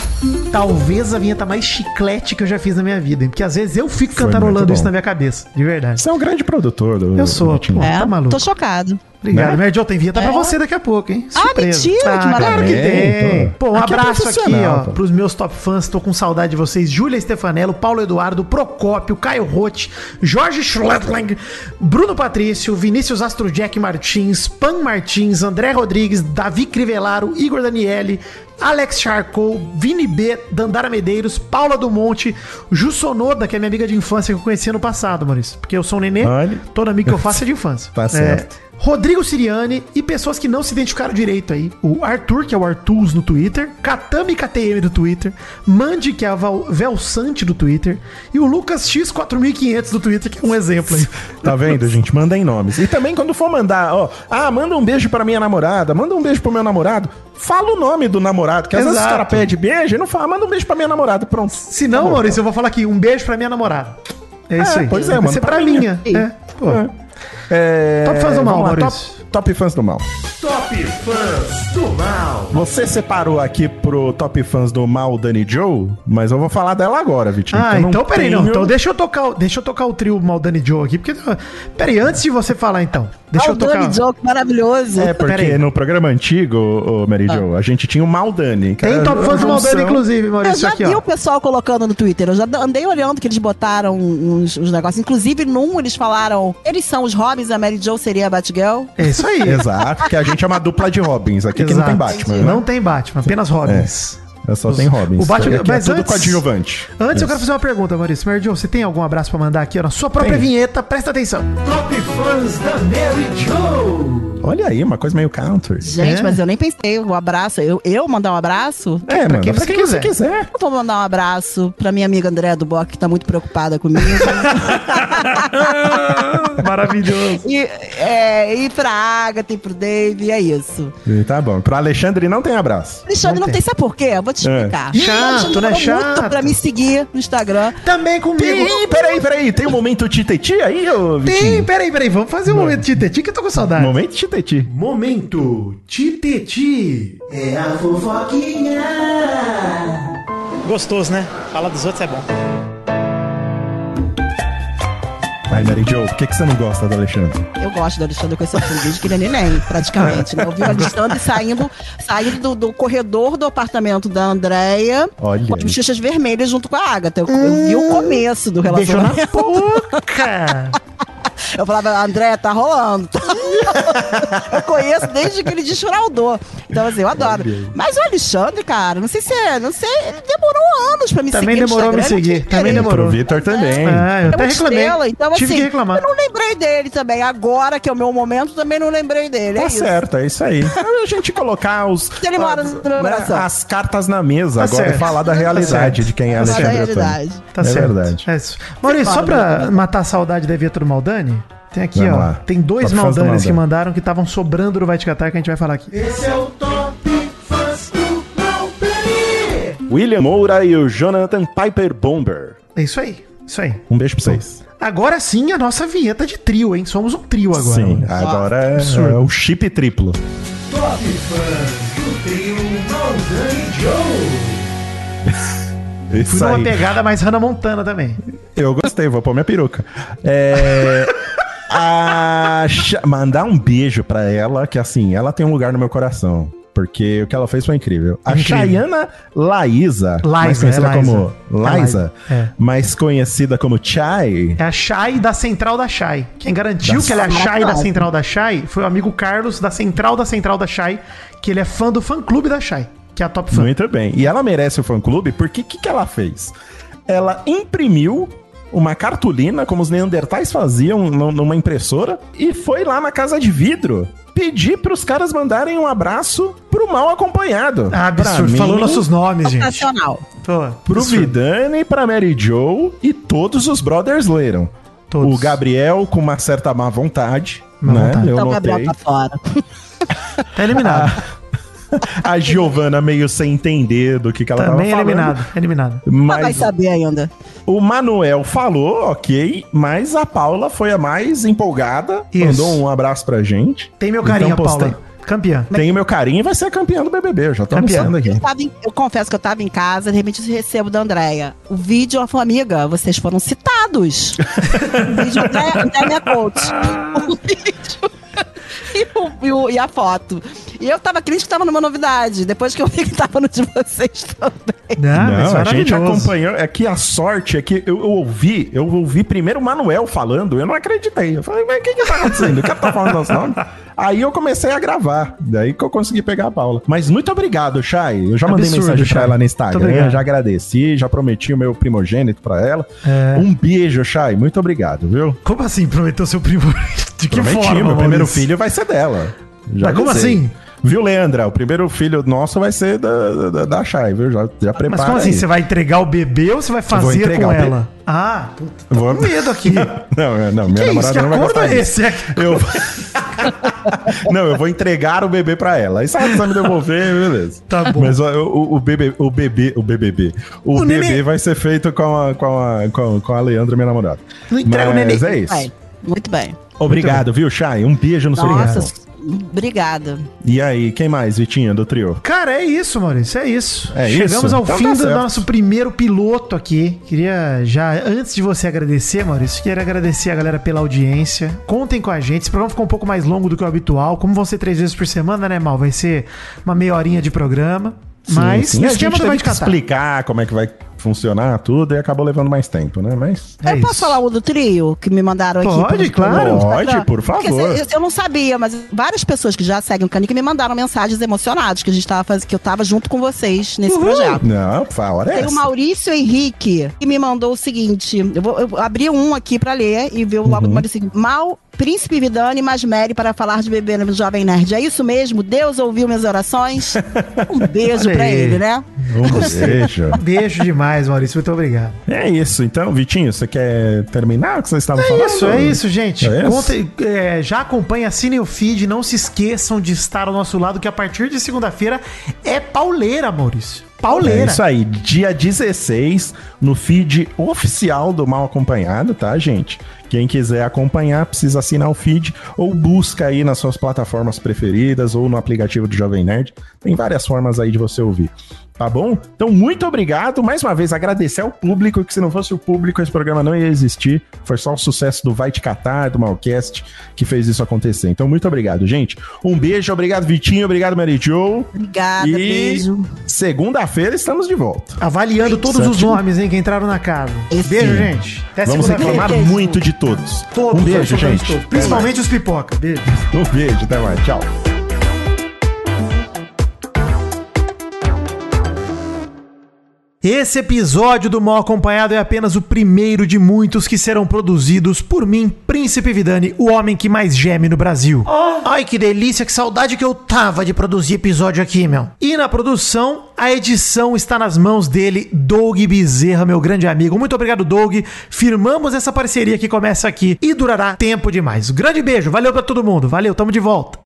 Speaker 3: Talvez a vinheta mais chiclete que eu já fiz na minha vida. hein? Porque às vezes eu fico
Speaker 1: Foi muito
Speaker 3: cantarolando
Speaker 1: bom.
Speaker 3: isso na minha cabeça. De verdade.
Speaker 1: Você é um grande produtor do.
Speaker 3: Eu sou,
Speaker 1: do time.
Speaker 3: pô.
Speaker 6: É,
Speaker 3: Tá maluco.
Speaker 6: Tô chocado.
Speaker 3: Obrigado.
Speaker 1: Né? Tá
Speaker 3: Mary Jo, tem vinheta pra
Speaker 6: É.
Speaker 3: você daqui a pouco, hein?
Speaker 6: Ah, mentira, que
Speaker 3: claro que
Speaker 1: maravilha.
Speaker 3: tem.
Speaker 1: Tem,
Speaker 3: Pô, um
Speaker 1: Aqui é
Speaker 3: abraço aqui,
Speaker 1: profissional,
Speaker 3: ó,
Speaker 1: pô.
Speaker 3: pros meus top fãs. Tô com saudade de vocês. Júlia Stefanello, Paulo Eduardo, Procópio, Caio Rotti, Jorge Schlepling, Bruno Patrício, Vinícius Astro Jack Martins, Pan Martins, André Rodrigues, Davi Crivellaro, Igor Daniele, Alex Charcot, Vini B, Dandara Medeiros, Paula do Monte, Jussonoda, que é minha amiga de infância que eu conheci ano passado, Maurício. Porque eu sou um nenê,
Speaker 1: Olha.
Speaker 3: todo amigo que eu faço é de infância.
Speaker 1: Tá certo.
Speaker 3: É, Rodrigo Siriani e pessoas que não se identificaram direito aí. O Arthur, que é o Artus no Twitter, Katami KTM do Twitter, Mandy, que é a Val Velsante do Twitter, e o Lucas X4500 do Twitter, que é um exemplo aí.
Speaker 1: Tá vendo, gente? Mandem nomes. E também quando for mandar, ó, ah, manda um beijo pra minha namorada, manda um beijo pro meu namorado, fala o nome do namorado, que às vezes o
Speaker 3: Exato.
Speaker 1: cara pede beijo e não fala, manda um beijo pra minha namorada, pronto.
Speaker 3: Se não, Maurício, eu vou falar aqui, um beijo pra minha namorada. É isso
Speaker 1: É,
Speaker 3: aí.
Speaker 1: pois é,
Speaker 3: Vai
Speaker 1: mano,
Speaker 3: ser
Speaker 1: pra
Speaker 3: pra minha. É, pô.
Speaker 1: É,
Speaker 3: Top fãs do mal,
Speaker 1: vamos lá,
Speaker 3: Maurício.
Speaker 1: Top, top fãs do mal.
Speaker 11: Top Fãs do Mal.
Speaker 1: Você separou aqui pro top fãs do mal Dani Joe, mas eu vou falar dela agora, Vitinho.
Speaker 3: Ah,
Speaker 1: eu
Speaker 3: então, peraí, não.
Speaker 1: tenho-
Speaker 3: Então deixa eu tocar, o- deixa eu tocar o trio Maldani Joe aqui, porque peraí, antes de você falar então, deixa eu tocar.
Speaker 6: Aldani Joe, que maravilhoso.
Speaker 1: É, porque
Speaker 3: Peraí. Ah.
Speaker 1: no programa antigo, ô, Mary Jo, a gente tinha o Maldani. que
Speaker 3: Tem
Speaker 1: era
Speaker 3: top
Speaker 1: a
Speaker 3: fãs do Maldani,
Speaker 1: junção-
Speaker 3: inclusive,
Speaker 6: Eu
Speaker 3: Maurício,
Speaker 6: É, já
Speaker 3: aqui,
Speaker 6: vi
Speaker 3: ó.
Speaker 6: o pessoal colocando no Twitter. Eu já andei olhando que eles botaram uns, uns negócios. Inclusive, num eles falaram: eles são os Robins, a Mary Jo seria a Batgirl.
Speaker 3: É isso aí.
Speaker 1: Exato, porque a gente é uma dupla de Robins. Aqui que não tem Batman. né?
Speaker 3: Não tem Batman, apenas Robins.
Speaker 1: É, só tem Robins.
Speaker 3: o Batman-
Speaker 1: E aqui
Speaker 3: mas
Speaker 1: é tudo
Speaker 3: antes-
Speaker 1: coadjuvante.
Speaker 3: Antes eu quero fazer uma pergunta, Maurício. Mary Jo, você tem algum abraço pra mandar aqui ó, na sua própria vinheta? Presta atenção.
Speaker 11: Top Fãs da Mary Joe.
Speaker 1: Olha aí, uma coisa meio counter.
Speaker 6: Gente,
Speaker 3: É?
Speaker 6: mas eu nem pensei. O abraço, eu, eu mandar um abraço?
Speaker 1: É, mano,
Speaker 3: quem
Speaker 1: pra
Speaker 3: você
Speaker 1: quem você
Speaker 3: quiser.
Speaker 1: quiser.
Speaker 6: Eu vou mandar um abraço pra minha amiga Andréa Duboc, que tá muito preocupada comigo.
Speaker 3: Maravilhoso.
Speaker 6: e, é, e pra Agatha e pro Dave, e é isso.
Speaker 1: E Tá bom. Pro Alexandre não tem abraço.
Speaker 6: Alexandre não, tem. sabe por quê? Eu vou te
Speaker 1: É.
Speaker 6: explicar.
Speaker 3: Chato, né?
Speaker 6: Alexandre demorou
Speaker 3: Chato.
Speaker 6: pra me seguir no Instagram.
Speaker 3: Também comigo.
Speaker 1: Tem, peraí, peraí. Tem um momento titeti aí, ô
Speaker 3: Tem,
Speaker 1: Vitinho?
Speaker 3: peraí, peraí. Vamos fazer um momento de Titi que eu tô com saudade.
Speaker 1: Momento titeti.
Speaker 11: Momento Titeti. É a fofoquinha.
Speaker 12: Gostoso, né? Falar dos outros é bom.
Speaker 1: Vai, Mary Jo, por que, que você não gosta do Alexandre?
Speaker 6: Eu gosto do Alexandre com esse fundo desde que ele é neném, praticamente. Né? Eu vi o Alexandre saindo, saindo do, do corredor do apartamento da Andréia
Speaker 1: Olha
Speaker 6: com as
Speaker 1: aí.
Speaker 6: bochechas vermelhas junto com a Agatha. Eu, eu vi o começo do
Speaker 3: Beijou na
Speaker 6: relacionamento.
Speaker 3: boca.
Speaker 6: Eu falava, Andréia, tá rolando. eu conheço desde que ele desfraudou. Então, assim, eu adoro. Mas o Alexandre, cara, não sei se é, não sei, ele demorou anos pra me
Speaker 3: Também
Speaker 6: seguir. no
Speaker 3: demorou a me
Speaker 6: Instagram, ele é
Speaker 3: seguir, também
Speaker 6: diferente.
Speaker 3: demorou.
Speaker 1: Pro Vitor também.
Speaker 3: Ah, eu
Speaker 6: É uma
Speaker 3: até reclamei.
Speaker 6: estrela, então,
Speaker 3: Tive
Speaker 6: assim,
Speaker 3: que reclamar.
Speaker 6: Eu não lembrei dele também. Agora que é o meu momento, também não lembrei dele.
Speaker 1: Tá
Speaker 6: é isso.
Speaker 1: certo, é isso aí. É a gente colocar os,
Speaker 6: Ele mora no
Speaker 1: né,
Speaker 6: coração.
Speaker 1: as cartas na mesa
Speaker 3: Tá
Speaker 1: agora
Speaker 3: certo.
Speaker 1: e falar da realidade
Speaker 3: certo.
Speaker 1: de quem é
Speaker 6: Mas é a
Speaker 1: Alexandre Antônio.
Speaker 6: realidade.
Speaker 3: Tá
Speaker 1: É
Speaker 3: certo.
Speaker 1: verdade.
Speaker 3: É isso. Maurício, só
Speaker 6: né?
Speaker 3: pra matar a saudade da Vieta do Maldani, tem aqui,
Speaker 1: Vamos
Speaker 3: ó.
Speaker 1: lá.
Speaker 3: Tem dois
Speaker 1: Top fãs do
Speaker 3: Maldanes que
Speaker 1: Maldani.
Speaker 3: mandaram que estavam sobrando do Vai Te Catar que a gente vai falar aqui.
Speaker 11: Esse é o Top Fãs do Mal Play.
Speaker 1: William Moura e o Jonathan Piper Bomber.
Speaker 3: É isso aí. Isso aí.
Speaker 1: Um beijo pra vocês.
Speaker 3: Agora sim a nossa vinheta de trio, hein? Somos um trio agora.
Speaker 1: Sim,
Speaker 3: Maurício.
Speaker 1: agora é,
Speaker 3: absurdo.
Speaker 1: é o chip triplo.
Speaker 11: Top Fãs do Trio Maldani Joe.
Speaker 1: Isso
Speaker 3: Fui numa
Speaker 1: aí.
Speaker 3: pegada mais Hannah Montana também.
Speaker 1: Eu gostei, vou pôr minha peruca. É. a Cha- Mandar um beijo pra ela, que assim, ela tem um lugar no meu coração. Porque o que ela fez foi incrível. A
Speaker 3: Incrível.
Speaker 1: Chayana Laísa, mais
Speaker 3: Liza,
Speaker 1: conhecida
Speaker 3: é Liza.
Speaker 1: como
Speaker 3: É
Speaker 1: Liza,
Speaker 3: Liza, é.
Speaker 1: mais conhecida como Chai.
Speaker 3: É a Shai da Central da Shai. Quem garantiu
Speaker 1: Da
Speaker 3: que ela é a Shai da
Speaker 6: Central.
Speaker 3: Central da Shai foi o amigo Carlos da Central da Central da Shai, que ele é fã do fã clube da Shai, que é a top fã.
Speaker 1: Muito bem. E ela merece o fã-clube porque o que, que ela fez? Ela imprimiu uma cartolina, como os neandertais faziam nu- numa impressora, e foi lá na casa de vidro pedir pros caras mandarem um abraço pro mal acompanhado.
Speaker 3: Ah,
Speaker 1: Pra
Speaker 3: absurdo.
Speaker 1: mim,
Speaker 3: Falou nossos nomes, gente.
Speaker 6: Sensacional.
Speaker 3: Pô,
Speaker 1: Pro
Speaker 3: absurdo.
Speaker 1: Vidani, pra Mary Joe e todos os brothers leram.
Speaker 3: Todos.
Speaker 1: O Gabriel com uma certa má vontade,
Speaker 3: Má
Speaker 1: né?
Speaker 3: vontade.
Speaker 1: Eu
Speaker 6: Então,
Speaker 1: notei.
Speaker 6: Gabriel tá fora.
Speaker 3: Tá
Speaker 1: Ah,
Speaker 3: eliminado.
Speaker 1: A Giovana meio sem entender do que, que ela
Speaker 3: Também
Speaker 1: tava falando.
Speaker 3: eliminado. Eliminado.
Speaker 6: Mas vai
Speaker 1: Mas
Speaker 6: saber ainda.
Speaker 1: O Manuel falou, ok, mas a Paula foi a mais empolgada,
Speaker 3: Isso.
Speaker 1: mandou um abraço pra gente.
Speaker 3: Tem meu carinho,
Speaker 1: Então,
Speaker 3: Paula.
Speaker 1: posta-
Speaker 3: Campeã.
Speaker 1: Tem o meu carinho e vai ser a campeã do BBB, eu já tô
Speaker 3: Campeã.
Speaker 1: anunciando
Speaker 6: Eu,
Speaker 1: aqui.
Speaker 6: tava em- eu confesso que eu tava em casa, de repente eu recebo da Andréia. O vídeo, ela falou, amiga, vocês foram citados. o vídeo Andréia, Andréia é Coach.
Speaker 3: Ah.
Speaker 6: O vídeo. E, o- e o- e a foto. E eu tava crente que tava numa novidade. Depois que eu vi que tava no de vocês também.
Speaker 3: Não, é
Speaker 1: Não, a gente
Speaker 3: Ah, maravilhoso.
Speaker 1: acompanhou. É que a sorte é que eu, eu ouvi, eu ouvi primeiro o Manuel falando, eu não acreditei. Eu falei, mas o que que tá acontecendo? O cara tá falando nosso nome? Aí eu comecei a gravar, daí que eu consegui pegar a Paula. Mas muito obrigado, Chay. Eu já mandei
Speaker 3: Absurdo,
Speaker 1: mensagem pra
Speaker 3: Chay.
Speaker 1: ela no
Speaker 3: Muito
Speaker 1: Instagram,
Speaker 3: obrigado.
Speaker 1: já agradeci, já prometi o meu primogênito pra ela.
Speaker 3: É.
Speaker 1: Um beijo, Chay. Muito obrigado, viu?
Speaker 3: Como assim prometeu seu primo?
Speaker 1: De
Speaker 3: que forma,
Speaker 1: Meu primeiro
Speaker 3: Maurício?
Speaker 1: filho vai ser dela. Já
Speaker 3: Mas como
Speaker 1: avisei.
Speaker 3: assim?
Speaker 1: Viu, Leandra? O primeiro filho nosso vai ser da, da, da Shai, viu? Já, já prepara
Speaker 3: Mas como assim?
Speaker 1: aí.
Speaker 3: Você vai entregar o bebê ou você vai fazer
Speaker 1: entregar
Speaker 3: com
Speaker 1: o bebê.
Speaker 3: ela? Ah, puta. tô
Speaker 1: Vou-
Speaker 3: com medo aqui.
Speaker 1: Não, eu- não, minha
Speaker 3: que
Speaker 1: namorada
Speaker 3: isso? Que
Speaker 1: não vai
Speaker 3: acordo
Speaker 1: gostar
Speaker 3: é
Speaker 1: disso.
Speaker 3: esse? É que-
Speaker 1: Eu... não, eu vou entregar o bebê pra ela. Aí se ela quiser me devolver, beleza.
Speaker 3: Tá bom.
Speaker 1: Mas ó, o, o bebê, o bebê, o BBB, o,
Speaker 3: O
Speaker 1: bebê
Speaker 3: nenê.
Speaker 1: vai ser feito com a, com a, com, com a Leandra, minha namorada.
Speaker 3: Não entrega o
Speaker 1: Mas
Speaker 3: nenê.
Speaker 1: é isso.
Speaker 6: Vai. Muito bem.
Speaker 1: Obrigado, viu, Chay? Um beijo no seu
Speaker 6: Nossa,
Speaker 1: coração.
Speaker 6: obrigada.
Speaker 1: E aí, quem mais, Vitinho, do trio?
Speaker 3: Cara, é isso, Maurício, é isso.
Speaker 1: É
Speaker 3: Chegamos
Speaker 1: isso?
Speaker 3: ao
Speaker 1: Então
Speaker 3: fim
Speaker 1: tá
Speaker 3: do
Speaker 1: certo.
Speaker 3: nosso primeiro piloto aqui. Queria já, antes de você agradecer, Maurício, queria agradecer a galera pela audiência. Contem com a gente. Esse programa ficou um pouco mais longo do que o habitual. Como vão ser três vezes por semana, né, Mal? Vai ser uma meia horinha de programa. Mas
Speaker 1: sim, sim.
Speaker 3: o
Speaker 1: A gente
Speaker 3: esquema não
Speaker 1: teve
Speaker 3: vai te
Speaker 1: que
Speaker 3: catar.
Speaker 1: explicar como é que vai funcionar tudo e acabou levando mais tempo, né? Mas
Speaker 3: É
Speaker 6: eu
Speaker 3: isso.
Speaker 6: posso falar o do trio que me mandaram aqui?
Speaker 3: Pode,
Speaker 6: pelo-
Speaker 3: claro.
Speaker 6: pelo
Speaker 1: Pode, por
Speaker 6: Porque
Speaker 1: favor.
Speaker 6: Eu, eu não sabia, mas várias pessoas que já seguem o Canique me mandaram mensagens emocionadas que a gente tava fazendo, que eu tava junto com vocês nesse
Speaker 3: Ah.
Speaker 6: projeto.
Speaker 1: Não, a hora é
Speaker 6: Tem o
Speaker 1: essa.
Speaker 6: Maurício Henrique que me mandou o seguinte: eu vou eu vou abrir um aqui pra ler e ver logo uhum. o seguinte. Mal, Príncipe Vidani, mais Mary para falar de bebê no Jovem Nerd. É isso mesmo? Deus ouviu minhas orações. Um beijo
Speaker 3: Olha
Speaker 6: pra
Speaker 3: aí.
Speaker 6: ele, né?
Speaker 1: Um beijo.
Speaker 3: Beijo demais, Maurício. Muito obrigado.
Speaker 1: É isso, então, Vitinho, você quer terminar o que você estava falando?
Speaker 3: É isso, é isso, gente.
Speaker 1: É isso.
Speaker 3: Contem- é, já acompanha, assinem o feed. Não se esqueçam de estar ao nosso lado, que a partir de segunda-feira é pauleira, Maurício.
Speaker 1: É
Speaker 3: Pauleira.
Speaker 1: isso aí, dia 16, no feed oficial do Mal Acompanhado, tá, gente? Quem quiser acompanhar, precisa assinar o feed ou busca aí nas suas plataformas preferidas ou no aplicativo do Jovem Nerd. Tem várias formas aí de você ouvir. Tá bom? Então, muito obrigado. Mais uma vez, agradecer ao público, que se não fosse o público, esse programa não ia existir. Foi só o sucesso do Vai Te Catar, do Malcast, que fez isso acontecer. Então, muito obrigado, gente. Um beijo, obrigado, Vitinho, obrigado, Mary Jo.
Speaker 6: Obrigada,
Speaker 1: E-
Speaker 6: beijo.
Speaker 1: Segunda-feira estamos de volta.
Speaker 3: Avaliando todos os
Speaker 1: Certinho.
Speaker 3: nomes, hein, que entraram na casa.
Speaker 6: Esse-
Speaker 3: Beijo, gente. Até
Speaker 1: Vamos
Speaker 3: segunda-feira.
Speaker 1: reclamar muito de todos.
Speaker 3: Todos,
Speaker 1: um beijo,
Speaker 3: todos, todos,
Speaker 1: gente.
Speaker 3: todos. Principalmente os pipoca. Beijo.
Speaker 1: Um beijo, até mais. Tchau.
Speaker 3: Esse episódio do Mal Acompanhado é apenas o primeiro de muitos que serão produzidos por mim, Príncipe Vidani, o homem que mais geme no Brasil. Ai, que delícia, que saudade que eu tava de produzir episódio aqui, meu. E na produção, a edição está nas mãos dele, Doug Bezerra, meu grande amigo. Muito obrigado, Doug. Firmamos essa parceria que começa aqui e durará tempo demais. Grande beijo, valeu pra todo mundo. Valeu, tamo de volta.